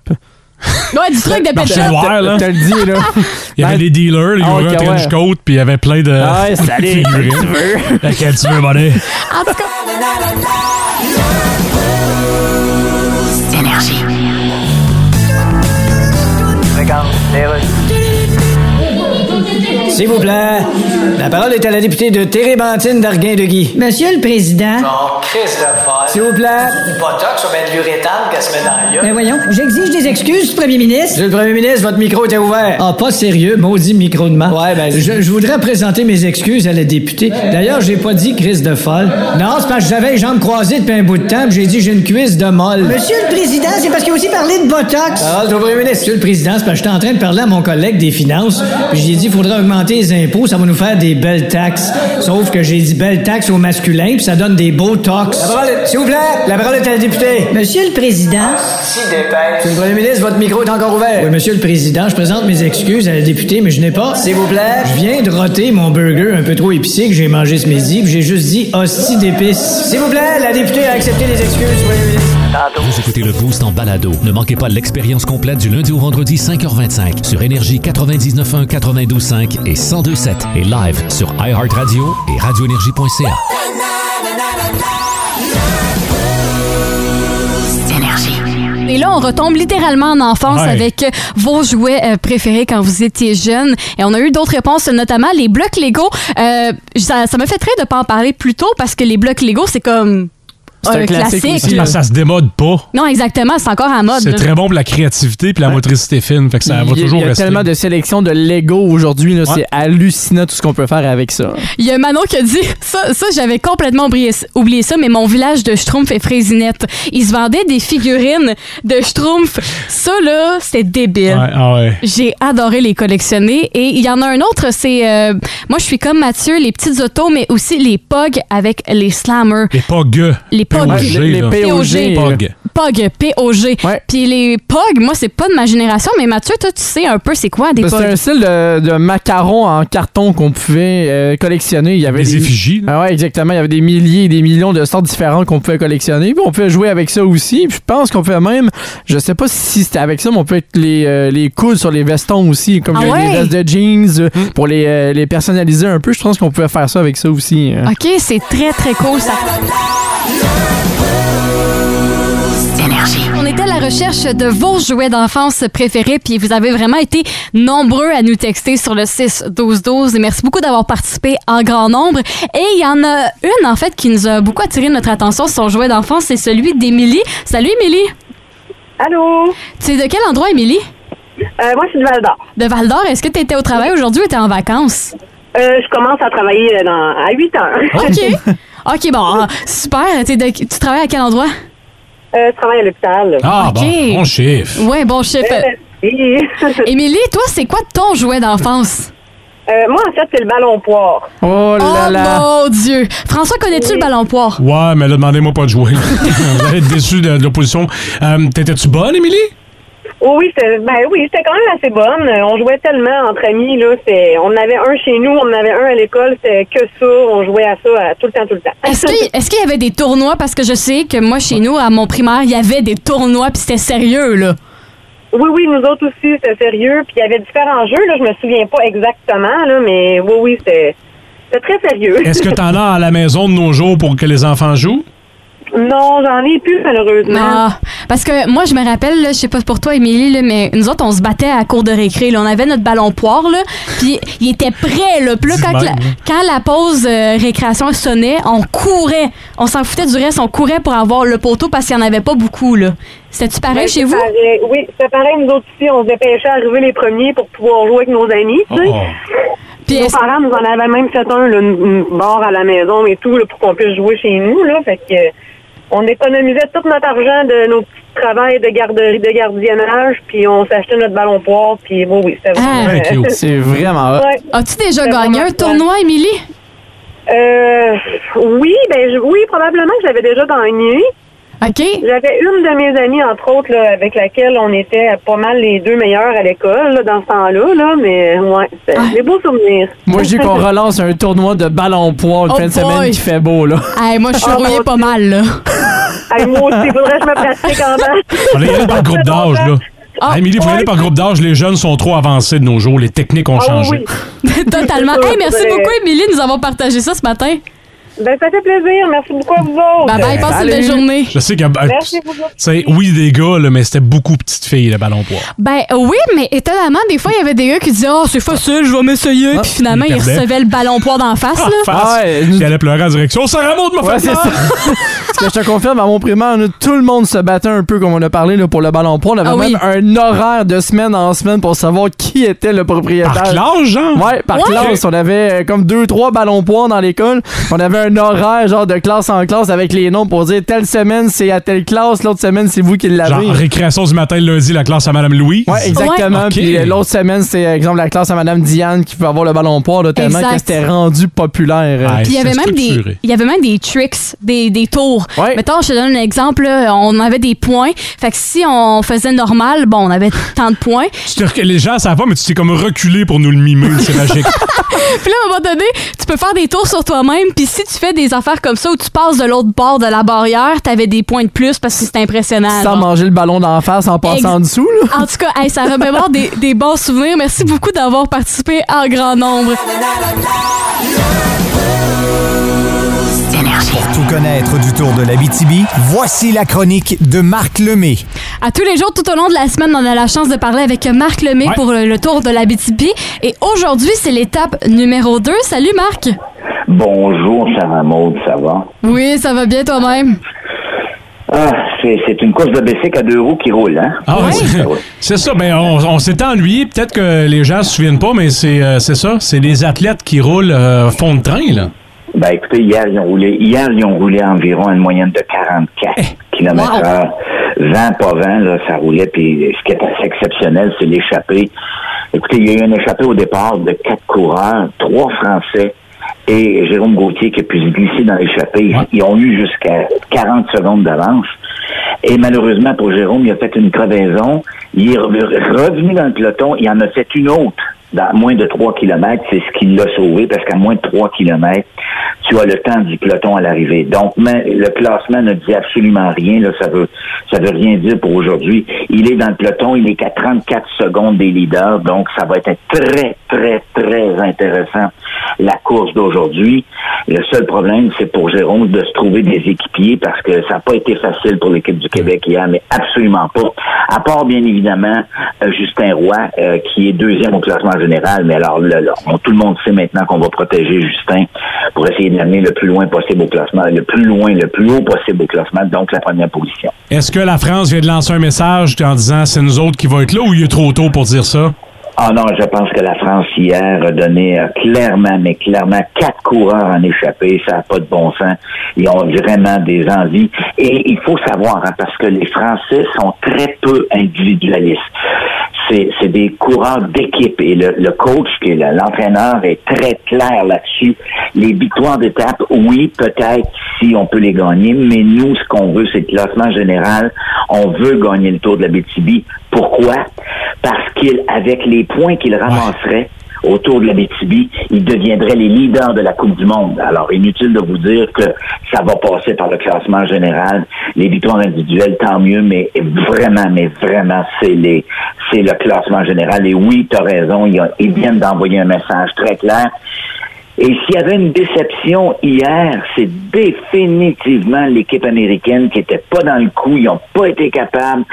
Speaker 3: Ouais, du truc de
Speaker 8: Ah,
Speaker 3: pet
Speaker 4: Marché noir, là.
Speaker 5: Te le dis, là.
Speaker 4: Il y avait
Speaker 5: Ben,
Speaker 4: des dealers, ils
Speaker 5: ah,
Speaker 4: ouvraient
Speaker 5: ok,
Speaker 4: un trench
Speaker 5: ouais.
Speaker 4: coat, puis il y avait plein de
Speaker 5: Ah ouais,
Speaker 4: de
Speaker 5: salut,
Speaker 4: figurines.
Speaker 5: laquelle tu veux?
Speaker 4: Laquelle tu veux, buddy?
Speaker 3: En tout cas.
Speaker 2: Énergie.
Speaker 8: S'il vous plaît, la parole est à la députée de Térébentine d'Arguin-de-Guy. Monsieur le Président. S'il vous plaît. Botox ou bien de l'urétane qu'elle se met dans la gueule.
Speaker 13: Mais ben voyons, j'exige des excuses, Premier ministre.
Speaker 8: Monsieur le Premier ministre, votre micro était ouvert. Ah, pas sérieux, maudit micro de main. Ouais, ben, je, je voudrais présenter mes excuses à la députée. D'ailleurs, j'ai pas dit crise de folle. Non, c'est parce que j'avais les jambes croisées depuis un bout de temps, puis j'ai dit j'ai une cuisse de molle.
Speaker 13: Monsieur le Président, c'est parce qu'il a aussi parlé de Botox.
Speaker 8: Parole du premier ministre. Monsieur Ah, le Président, c'est parce que j'étais en train de parler à mon collègue des finances, puis j'ai dit il faudrait augmenter les impôts, ça va nous faire des belles taxes. Sauf que j'ai dit belles taxes au masculin, puis ça donne des beaux tox. S'il vous plaît, la parole est à la députée.
Speaker 13: Monsieur le Président.
Speaker 8: Monsieur le Premier ministre, votre micro est encore ouvert. Oui, Monsieur le Président, je présente mes excuses à la députée, mais je n'ai pas. S'il vous plaît. Je viens de roter mon burger un peu trop épicé que j'ai mangé ce midi, puis j'ai juste dit hostie d'épices. S'il vous plaît, la députée a accepté les excuses, Premier ministre.
Speaker 1: Vous écoutez le Boost en balado. Ne manquez pas l'expérience complète du lundi au vendredi 5h25 sur Énergie 99.1, 92.5 et 102.7 et live sur iHeartRadio et radioénergie.ca.
Speaker 3: Et là, on retombe littéralement en enfance
Speaker 14: Ouais.
Speaker 3: avec vos jouets euh, préférés quand vous étiez jeune. Et on a eu d'autres réponses, notamment les blocs Lego. Euh, ça ça me fait très de pas en parler plus tôt parce que les blocs Lego, c'est
Speaker 4: aussi.
Speaker 3: comme là.
Speaker 4: Parce que ça se démode pas.
Speaker 3: Non, exactement, c'est encore en mode.
Speaker 4: C'est
Speaker 3: Ah, là.
Speaker 4: très bon pour la créativité puis la motricité fine. Fait que ça va
Speaker 5: il y a,
Speaker 4: toujours
Speaker 5: il y a
Speaker 4: rester.
Speaker 5: tellement de sélections de Lego aujourd'hui, là,
Speaker 4: Ouais.
Speaker 5: c'est hallucinant tout ce qu'on peut faire avec ça.
Speaker 3: Il y a Manon qui a dit ça, ça j'avais complètement oublié, oublié ça, mais mon village de Schtroumpf et Frésinette, ils se vendaient des figurines de Schtroumpf. Ça, là, c'était débile.
Speaker 4: Ouais, ah ouais.
Speaker 3: J'ai adoré les collectionner. Et il y en a un autre, c'est. euh, moi, je suis comme Mathieu, les petites autos, mais aussi les POG avec les slammers.
Speaker 4: Les POG.
Speaker 3: Les POG.
Speaker 4: POG, Les- les là. POG.
Speaker 3: POG. POG. POG. Puis les POG, moi, c'est pas de ma génération, mais Mathieu, toi, tu sais un peu c'est quoi des
Speaker 5: Ben,
Speaker 3: POG.
Speaker 5: C'était un style de, de macarons en carton qu'on pouvait euh, collectionner. Il y avait des, effigies. Ah ouais, exactement. Il y avait des milliers et des millions de sortes différentes qu'on pouvait collectionner. Puis on pouvait jouer avec ça aussi. Puis je pense qu'on pouvait même, je sais pas si c'était avec ça, mais on peut être les, euh, les coudes sur les vestons aussi, comme
Speaker 3: Ah
Speaker 5: les-
Speaker 3: ouais?
Speaker 5: les vestes de jeans euh, pour les, euh, les personnaliser un peu. Je pense qu'on pouvait faire ça avec ça aussi. euh.
Speaker 3: OK, c'est très, très cool. Ça... On était à la recherche de vos jouets d'enfance préférés, puis vous avez vraiment été nombreux à nous texter sur le 6-12-12. Et merci beaucoup d'avoir participé en grand nombre. Et il y en a une, en fait, qui nous a beaucoup attiré notre attention sur son jouet d'enfance, c'est celui d'Émilie. Salut, Émilie! Allô? Tu es de quel endroit, Émilie?
Speaker 15: Euh,
Speaker 3: moi, je suis de Val d'Or. De Val d'Or, est-ce que tu étais au travail aujourd'hui ou tu en vacances?
Speaker 15: Euh,
Speaker 3: je commence à travailler à 8 heures. OK. OK, bon, ah, super. T'es de- tu travailles à quel endroit?
Speaker 15: Euh,
Speaker 3: je travaille à l'hôpital.
Speaker 4: Ah, bon, bon chiffre.
Speaker 3: Ouais, Euh, bon chef. Émilie, toi, c'est quoi ton jouet d'enfance?
Speaker 15: Euh,
Speaker 3: moi, en fait, c'est le ballon poire.
Speaker 5: Oh
Speaker 4: là là.
Speaker 3: mon Dieu! François, connais-tu le ballon poire?
Speaker 4: Ouais, mais là, demandez-moi pas de jouer. Vous allez être déçu de, de l'opposition. Euh, T'étais-tu bonne, Émilie?
Speaker 15: Oh oui, c'était ben oui, c'était quand même assez bonne. Euh, On jouait tellement entre amis là, c'est on en avait un chez nous, on en avait un à l'école, c'était que ça, on jouait à ça euh, tout le temps tout le temps.
Speaker 3: Est-ce qu'il est-ce qu'il y avait des tournois? Parce que je sais que moi, chez nous, à mon primaire, il y avait des tournois, puis c'était sérieux, là.
Speaker 15: Oui oui, nous autres aussi, c'était sérieux, puis il y avait différents jeux là, je me souviens pas exactement là, mais oui oui, c'était c'était très sérieux.
Speaker 4: Est-ce que t'en as à la maison de nos jours pour que les enfants jouent?
Speaker 15: Non, j'en ai plus malheureusement.
Speaker 3: Ah, parce que moi, je me rappelle, là, je sais pas pour toi, Émilie, là, mais nous autres, on se battait à la cour de récré. Là. On avait notre ballon poire, là, puis il était prêt. Là. Puis là,
Speaker 14: Dis
Speaker 3: quand,
Speaker 14: même,
Speaker 3: la,
Speaker 14: hein.
Speaker 3: quand la pause euh, récréation sonnait, on courait. On s'en foutait du reste, on courait pour avoir le poteau parce qu'il n'y en avait pas beaucoup. là. C'était-tu pareil
Speaker 15: Ouais,
Speaker 3: chez
Speaker 15: c'est
Speaker 3: vous?
Speaker 15: pareil. Oui, c'était pareil, nous autres aussi, on se dépêchait à arriver les premiers pour pouvoir jouer avec nos amis, tu sais.
Speaker 3: Nos
Speaker 15: parents nous en avaient même fait un, là, une une barre à la maison et tout, là, pour qu'on puisse jouer chez nous, là. Fait que, euh, on économisait tout notre argent de nos petits travails de garderie, de gardiennage, puis on s'achetait notre ballon poire, puis oui, oui, c'était vraiment... euh,
Speaker 5: C'est vraiment hot.
Speaker 15: Ouais.
Speaker 3: As-tu déjà
Speaker 15: C'est
Speaker 3: gagné
Speaker 15: vraiment
Speaker 3: un
Speaker 15: fun.
Speaker 3: tournoi, Émilie?
Speaker 15: Euh, oui, ben je- oui, probablement que j'avais déjà gagné.
Speaker 3: OK.
Speaker 15: J'avais une de mes amies, entre autres, là, avec laquelle on était pas mal les deux meilleurs à l'école, là, dans ce temps-là, là, mais ouais, c'est des beaux souvenirs.
Speaker 5: Moi, je dis qu'on relance un tournoi de ballon poids une
Speaker 15: Oh
Speaker 5: fin de semaine
Speaker 15: boy.
Speaker 5: qui fait beau, là.
Speaker 3: Hey, moi, je suis
Speaker 15: Ah,
Speaker 3: rouillée pas mal, là.
Speaker 15: Hey, moi aussi, faudrait que je me pratique en bas.
Speaker 4: On va y aller par groupe d'âge, là. Ah, Émilie, vous y aller par groupe d'âge. Les jeunes sont trop avancés de nos jours. Les techniques
Speaker 15: Ah
Speaker 5: Ah
Speaker 4: ont changé.
Speaker 3: Totalement.
Speaker 15: C'est ça,
Speaker 3: Hey, merci
Speaker 15: c'est-
Speaker 3: beaucoup, Émilie, de nous avoir partagé ça ce matin.
Speaker 15: Ben, ça fait plaisir. Merci beaucoup à vous autres.
Speaker 3: Bye-bye, passe une belle journée.
Speaker 4: Je sais que. euh,
Speaker 3: Merci
Speaker 4: tu sais, oui, des gars, là, mais c'était beaucoup petite fille, le ballon poids.
Speaker 3: Ben euh, oui, mais étonnamment, des fois, il y avait des gars qui disaient Oh, c'est facile, je vais m'essayer. Puis finalement,
Speaker 4: ils
Speaker 3: ils
Speaker 4: perdaient.
Speaker 3: recevaient le ballon poids d'en face.
Speaker 4: Ah,
Speaker 3: Là.
Speaker 4: Puis elle a pleuré en direction. Ça remonte, ma
Speaker 5: Ouais,
Speaker 4: femme!
Speaker 5: c'est ça. Parce que je te confirme, à mon primaire, nous, tout le monde se battait un peu, comme on a parlé là, pour le ballon pro. On avait
Speaker 4: Ah oui.
Speaker 5: même un horaire de semaine en semaine pour savoir qui était le propriétaire.
Speaker 4: Par classe, genre?
Speaker 5: Ouais, par
Speaker 4: Ouais.
Speaker 5: classe. On avait euh, comme deux, trois ballons poids dans l'école. On avait un horaire, genre, de classe en classe avec les noms pour dire telle semaine, c'est à telle classe, l'autre semaine, c'est vous qui l'avez.
Speaker 4: Genre, récréation du matin, lundi, la classe à Madame Louise.
Speaker 5: Ouais, exactement.
Speaker 4: OK.
Speaker 5: Puis euh, l'autre semaine, c'est euh, exemple la classe à Madame Diane qui peut avoir le ballon poids, là, tellement
Speaker 3: Exact.
Speaker 5: que c'était rendu populaire. euh.
Speaker 3: Puis il y avait même des, il y avait même des tricks, des, des tours. Mettons, je te donne un exemple. là, on avait des points. Fait que si on faisait normal, bon, on avait tant de points.
Speaker 4: Tu te rec- Les gens savent pas, mais tu t'es comme reculé pour nous le mimer. C'est magique.
Speaker 3: puis là, à un moment donné, tu peux faire des tours sur toi-même. Puis si tu fais des affaires comme ça où tu passes de l'autre bord de la barrière, t'avais des points de plus parce que c'était impressionnant.
Speaker 5: Sans
Speaker 3: genre.
Speaker 5: manger le ballon d'en face en passant
Speaker 3: Ex-
Speaker 5: en dessous. Là.
Speaker 3: En tout cas, hey, ça remémore des, des bons souvenirs. Merci beaucoup d'avoir participé en grand nombre.
Speaker 2: Énergie.
Speaker 14: Pour tout connaître du Tour de l'Abitibi, voici la chronique de Marc Lemay.
Speaker 3: À tous les jours, tout au long de la semaine, on a la chance de parler avec Marc Lemay
Speaker 14: Ouais.
Speaker 3: pour le, le tour de l'Abitibi. Et aujourd'hui, c'est l'étape numéro 2. Salut Marc!
Speaker 10: Bonjour, Sarah Maud, ça va?
Speaker 3: Oui, ça va bien toi-même?
Speaker 10: Ah, c'est c'est une course de bicycle à deux roues qui roule, hein?
Speaker 4: Ah, c'est- C'est ça, ben on, on s'est ennuyé, peut-être que les gens se souviennent pas, mais c'est euh, c'est ça, c'est les athlètes qui roulent euh, fond de train, là.
Speaker 10: Ben écoutez, hier, ils ont roulé, hier, ils ont roulé environ une moyenne de 44 km heure. Vent, pas vent, là, ça roulait, puis ce qui est assez exceptionnel, c'est l'échappée. Écoutez, il y a eu un échappée au départ de quatre coureurs, trois Français, et Jérôme Gauthier qui a pu se glisser dans l'échappée. Ils ont eu jusqu'à 40 secondes d'avance. Et malheureusement pour Jérôme, il a fait une crevaison. Il est re- revenu dans le peloton. Il en a fait une autre dans moins de 3 km. C'est ce qui l'a sauvé parce qu'à moins de 3 km, tu as le temps du peloton à l'arrivée. Donc, mais le classement ne dit absolument rien. Là, ça veut ça veut rien dire pour aujourd'hui. Il est dans le peloton. Il est qu'à 34 secondes des leaders. Donc, ça va être très, très, très intéressant la course d'aujourd'hui. Le seul problème, c'est pour Jérôme de se trouver des équipiers parce que ça n'a pas été facile pour l'équipe du Québec hier, mais absolument pas. À part, bien évidemment, euh, Justin Roy, euh, qui est deuxième au classement général, mais alors là, là, on- tout le monde sait maintenant qu'on va protéger Justin pour essayer de l'amener le plus loin possible au classement, le plus loin, le plus haut possible au classement, donc la première position.
Speaker 4: Est-ce que la France vient de lancer un message en disant c'est nous autres qui va être là ou il est trop tôt pour dire ça?
Speaker 10: Ah non, je pense que la France hier a donné euh, clairement, mais clairement, quatre coureurs en échappée. Ça n'a pas de bon sens. Ils ont vraiment des envies. Et il faut savoir, hein, parce que les Français sont très peu individualistes. C'est c'est des coureurs d'équipe. Et le, le coach, qui est le- l'entraîneur, est très clair là-dessus. Les victoires d'étape, oui, peut-être si on peut les gagner, mais nous, ce qu'on veut, c'est le classement général. On veut gagner le Tour de la BTB. Pourquoi? parce qu'il, avec les points qu'il ramasserait autour de la BTB, il deviendrait les leaders de la Coupe du Monde. Alors, inutile de vous dire que ça va passer par le classement général. Les victoires individuelles, tant mieux, mais vraiment, mais vraiment, c'est les, c'est le classement général. Et oui, tu as raison, ils, ont- ils viennent d'envoyer un message très clair. Et s'il y avait une déception hier, c'est définitivement l'équipe américaine qui n'était pas dans le coup. Ils n'ont pas été capables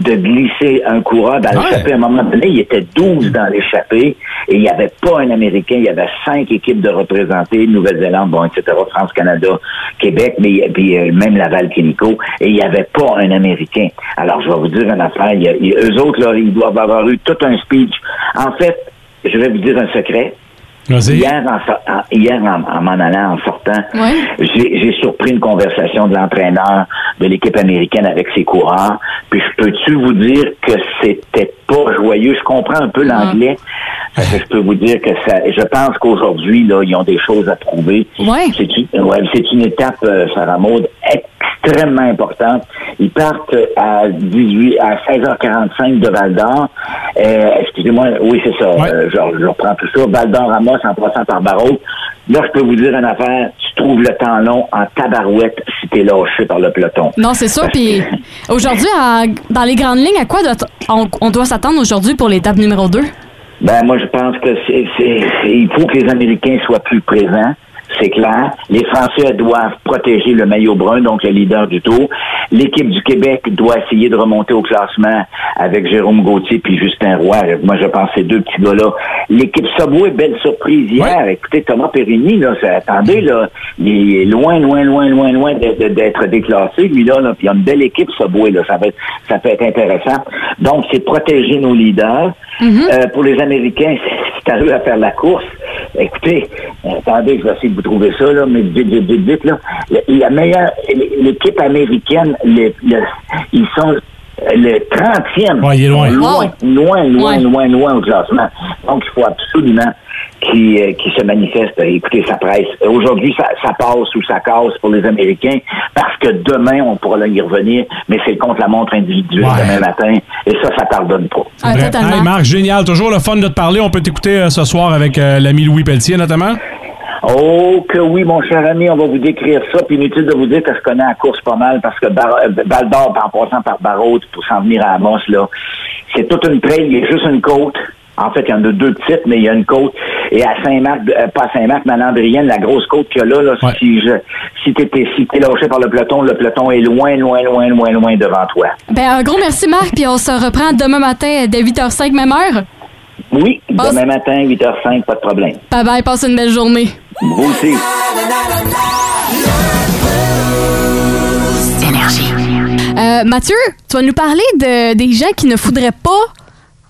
Speaker 10: de glisser un coureur dans l'échappée. À un moment donné, il était 12 dans l'échappée et il n'y avait pas un Américain. Il y avait cinq équipes de représentés, Nouvelle-Zélande, bon, etc., France, Canada, Québec, mais puis, euh, même Laval, Quilico. Et il n'y avait pas un Américain. Alors, je vais vous dire une affaire. Il y a- il- eux autres, là, ils doivent avoir eu tout un speech. En fait, je vais vous dire un secret. Hier, en, sor- en- hier en, en m'en allant, en sortant, j'ai j'ai surpris une conversation de l'entraîneur de l'équipe américaine avec ses coureurs. Puis je peux-tu vous dire que c'était pas joyeux? Je comprends un peu l'anglais. parce que Je peux vous dire que ça. Je pense qu'aujourd'hui, là, ils ont des choses à prouver. C'est une, ouais, c'est une étape, euh, Sarah Maud, extrêmement importante. Ils partent à 18, à 16h45 de Val d'Or. Euh, excusez-moi, oui, c'est ça. Euh, je, je reprends tout ça. Val d'Or à Moss en passant par Barreau. Là, je peux vous dire une affaire. Tu trouves le temps long en tabarouette si t'es lâché par le peloton.
Speaker 3: Non, c'est sûr. Puis aujourd'hui, à- dans les grandes lignes, à quoi doit- on, on doit s'attendre aujourd'hui pour l'étape numéro 2?
Speaker 10: Ben moi je pense que c'est, c'est- c'est- il faut que les Américains soient plus présents. C'est clair. Les Français doivent protéger le maillot brun, donc le leader du tour. L'équipe du Québec doit essayer de remonter au classement avec Jérôme Gauthier puis Justin Roy. Moi, je pense que ces deux petits gars-là. L'équipe Subway, belle surprise hier. Écoutez, Thomas Perrini, là, ça- attendez, là, il est loin, loin, loin, loin, loin de- de- d'être déclassé, lui-là. Là. Puis il y a une belle équipe Subway, là. Ça, va être- ça peut être intéressant. Donc, c'est protéger nos leaders. Euh, pour les Américains, c'est à eux à faire la course. Écoutez, euh, attendez, je vais essayer de vous trouver ça, là, mais vite, vite, vite, vite, là. La, la meilleure, l'équipe américaine, le- le- ils sont le 30e.
Speaker 4: il est loin.
Speaker 10: Loin, loin, loin, loin, loin au classement. Donc, il faut absolument qu'ils euh, qu'ils se manifestent. Écoutez, ça presse. Aujourd'hui, ça, ça passe ou ça casse pour les Américains parce que demain, on pourra là y revenir, mais c'est le contre-la-montre individuel demain matin et ça, ça pardonne pas.
Speaker 3: Ah,
Speaker 4: Bref. Hey, Marc, génial. Toujours le fun de te parler. On peut t'écouter euh, ce soir avec euh, l'ami Louis Pelletier, notamment.
Speaker 10: Oh que oui, mon cher ami, on va vous décrire ça. Puis inutile de vous dire que je connais la course pas mal parce que Bar- euh, Val d'Or, en passant par Barraud pour s'en venir à Amos, là, c'est toute une trail, il y a juste une côte. En fait, il y en a deux petites, mais il y a une côte. Et à Saint-Marc, euh, pas à Saint-Marc, mais à Landrienne, la grosse côte qu'il y a là, là, si, je, si t'es t'es- si t'es lâché par le peloton, le peloton est loin, loin, loin, loin, loin devant toi.
Speaker 3: Ben, un gros merci, Marc, puis on se reprend demain matin dès 8h05, même heure.
Speaker 10: Oui, demain matin, 8h05, pas de problème.
Speaker 3: Bye bye, passe une belle journée.
Speaker 10: Vous aussi.
Speaker 3: Euh, Mathieu, tu vas nous parler de, des gens qui ne foudraient pas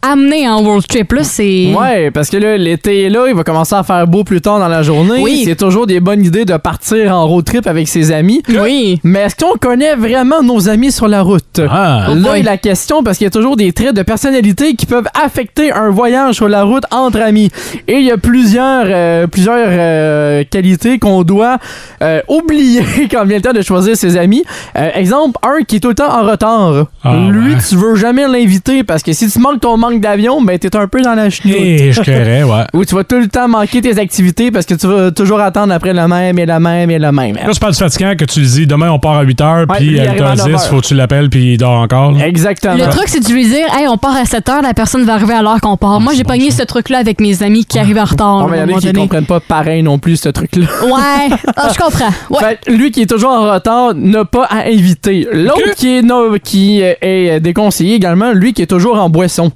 Speaker 3: amener en world trip. Là, c'est.
Speaker 5: Ouais, parce que là, l'été est là, il va commencer à faire beau plus tard dans la journée.
Speaker 3: Oui.
Speaker 5: C'est toujours des bonnes idées de partir en road trip avec ses amis. Oui. Mais est-ce qu'on connaît vraiment nos amis sur la route?
Speaker 4: Oh
Speaker 5: là
Speaker 4: boy.
Speaker 5: est la question, parce qu'il y a toujours des traits de personnalité qui peuvent affecter un voyage sur la route entre amis. Et il y a plusieurs, euh, plusieurs euh, qualités qu'on doit euh, oublier quand vient le temps de choisir ses amis. Euh, exemple, un qui est tout le temps en retard. Lui, tu veux jamais l'inviter parce que si tu manques ton manque d'avion, ben t'es un peu dans la chenille.
Speaker 4: Eh, je créerais, ouais.
Speaker 5: Ou tu vas tout le temps manquer tes activités parce que tu vas toujours attendre après la même et la même et la même.
Speaker 4: Là, c'est pas du fatigant que tu le dis demain on part à 8h,
Speaker 5: Ouais,
Speaker 4: puis
Speaker 5: lui, il
Speaker 4: à
Speaker 5: arrive à 9
Speaker 4: 8h10,
Speaker 5: heures.
Speaker 4: faut que tu l'appelles, puis il dort encore. là.
Speaker 5: Exactement.
Speaker 3: Le truc, c'est de lui dire, hey, on part à 7 h, la personne va arriver à l'heure qu'on part. Moi, j'ai pogné ce truc-là avec mes amis qui arrivent en retard.
Speaker 5: Ah,
Speaker 3: là, à un
Speaker 5: mais y en a
Speaker 3: moment
Speaker 5: qui
Speaker 3: donné.
Speaker 5: comprennent pas pareil non plus ce truc-là.
Speaker 3: Ouais, Ah, je comprends.
Speaker 5: Fait que lui qui est toujours en retard n'a pas à inviter. L'autre qui est no- qui euh, est déconseillé également, lui qui est toujours en boisson.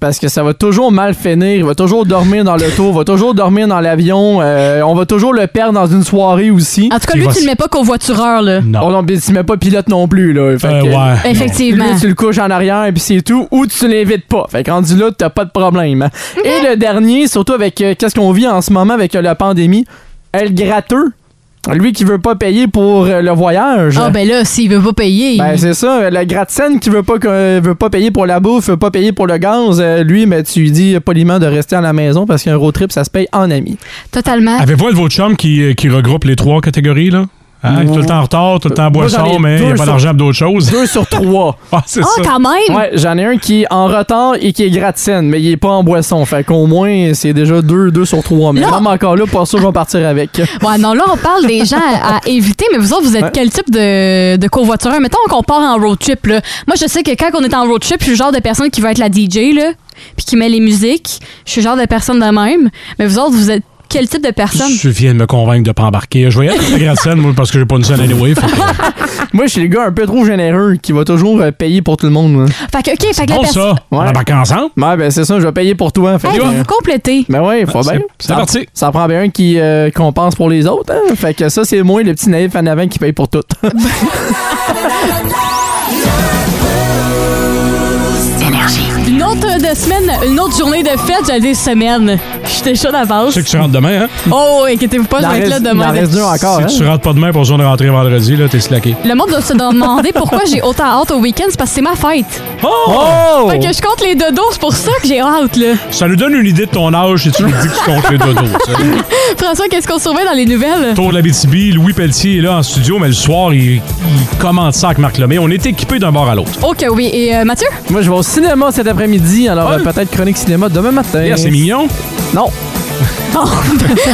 Speaker 5: Parce que ça va toujours mal finir, il va toujours dormir dans l'auto, va toujours dormir dans l'avion, euh, on va toujours le perdre dans une soirée aussi.
Speaker 3: En tout cas, lui, tu le mets pas qu'au voitureur, là.
Speaker 4: Non.
Speaker 5: Oh non, puis tu mets pas pilote non plus, là. Fait que,
Speaker 4: Euh, ouais.
Speaker 3: Effectivement.
Speaker 5: Lui, tu le couches en arrière, puis c'est tout, ou tu l'invites pas. Fait que rendu là, t'as pas de problème. hein.
Speaker 3: Mm-hmm.
Speaker 5: Et le dernier, surtout avec euh, qu'est-ce qu'on vit en ce moment avec euh, la pandémie, elle gratteux. Lui qui veut pas payer pour euh, le voyage.
Speaker 3: Ah, ben là, s'il veut pas payer.
Speaker 5: Ben,
Speaker 3: il-
Speaker 5: c'est ça, euh, le gratte-scène qui veut pas que- euh, veut pas payer pour la bouffe, veut pas payer pour le gaz, euh, lui, mais tu lui dis poliment de rester à la maison parce qu'un road trip, ça se paye en ami. Ah.
Speaker 3: Totalement.
Speaker 5: ben,
Speaker 4: Avez-vous un de vos chums qui, qui regroupe les trois catégories, là? Hein,
Speaker 5: Ouais.
Speaker 4: Tout le temps en retard, tout le temps en
Speaker 5: Moi, j'en ai
Speaker 4: boisson, mais il n'y
Speaker 5: deux
Speaker 4: a pas
Speaker 5: sur-
Speaker 4: d'argent pour d'autres choses.
Speaker 5: Deux sur trois.
Speaker 4: ah, c'est ça.
Speaker 3: Hmm.
Speaker 5: Ouais, j'en ai un qui est en retard et qui est gratte-scène, mais il est pas en boisson. Fait qu'au moins, c'est déjà deux, deux sur trois. Mais
Speaker 3: Là-
Speaker 5: même encore là, pour ça, je vais partir avec.
Speaker 3: Ouais, non, là, on parle des gens à, à éviter, mais vous autres, vous êtes quel type de, de covoitureur? Mettons qu'on part en road trip, là. Moi, je sais que quand on est en road trip, je suis le genre de personne qui va être la DJ, là, puis qui met les musiques. Je suis le genre de personne de même. Mais vous autres, vous êtes quel type de personne?
Speaker 4: Je viens de me convaincre de ne pas embarquer. Je vais y aller avec la gratte-scène, moi, parce que j'ai pas une seule anyway. fait que-
Speaker 5: Moi, je suis le gars un peu trop généreux qui va toujours euh, payer pour tout le monde. moi.
Speaker 3: Fait que, OK, fait que la
Speaker 4: bon,
Speaker 3: personne.
Speaker 4: ça. On embarque ensemble.
Speaker 5: Ouais, ben c'est ça, je vais payer pour toi. Fait
Speaker 3: Hey,
Speaker 5: que,
Speaker 4: hein.
Speaker 3: vous vous
Speaker 5: euh,
Speaker 3: complétez.
Speaker 5: ben ouais, faut
Speaker 4: C'est-
Speaker 5: bien.
Speaker 4: c'est
Speaker 5: Ça-
Speaker 4: parti.
Speaker 5: Ça prend bien un qui euh, compense pour les autres. Hein? Fait que ça, c'est moi, le petit naïf en avant qui paye pour tout.
Speaker 3: Ah, Une autre euh, de semaine, une autre journée de fête, j'allais dire semaine. J'étais chaud d'avance.
Speaker 4: Je sais que tu rentres demain, hein?
Speaker 3: Oh, inquiétez-vous pas,
Speaker 4: Il
Speaker 3: je
Speaker 4: en
Speaker 3: vais être là
Speaker 4: reste-
Speaker 3: demain.
Speaker 4: il en reste deux
Speaker 5: encore, hein.
Speaker 4: si tu rentres pas demain pour jour de rentrée vendredi, là, t'es slacké.
Speaker 3: Le monde doit se demander pourquoi j'ai autant hâte au week-end, c'est parce que c'est ma fête.
Speaker 4: Oh!
Speaker 3: Fait que je compte les dodos, c'est pour ça que j'ai hâte, là.
Speaker 4: Ça nous donne une idée de ton âge et tu nous dis que tu comptes les dodos. ça.
Speaker 3: François, qu'est-ce qu'on surveille dans les nouvelles?
Speaker 4: Tour de la BTB, Louis Pelletier est là en studio, mais le soir, il, il commente ça avec Marc Lemay. On est équipés d'un bord à l'autre.
Speaker 3: Ok, oui. Et euh, Mathieu?
Speaker 5: moi, je vais au cinéma cet après-midi, alors euh, peut-être chronique cinéma demain matin.
Speaker 4: Yeah, c'est mignon.
Speaker 5: Non.
Speaker 3: Non.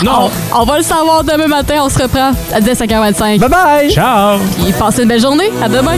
Speaker 3: On, on va le savoir demain matin, on se reprend à 10h45.
Speaker 5: Bye bye!
Speaker 4: Ciao!
Speaker 3: Puis passez une belle journée, à demain!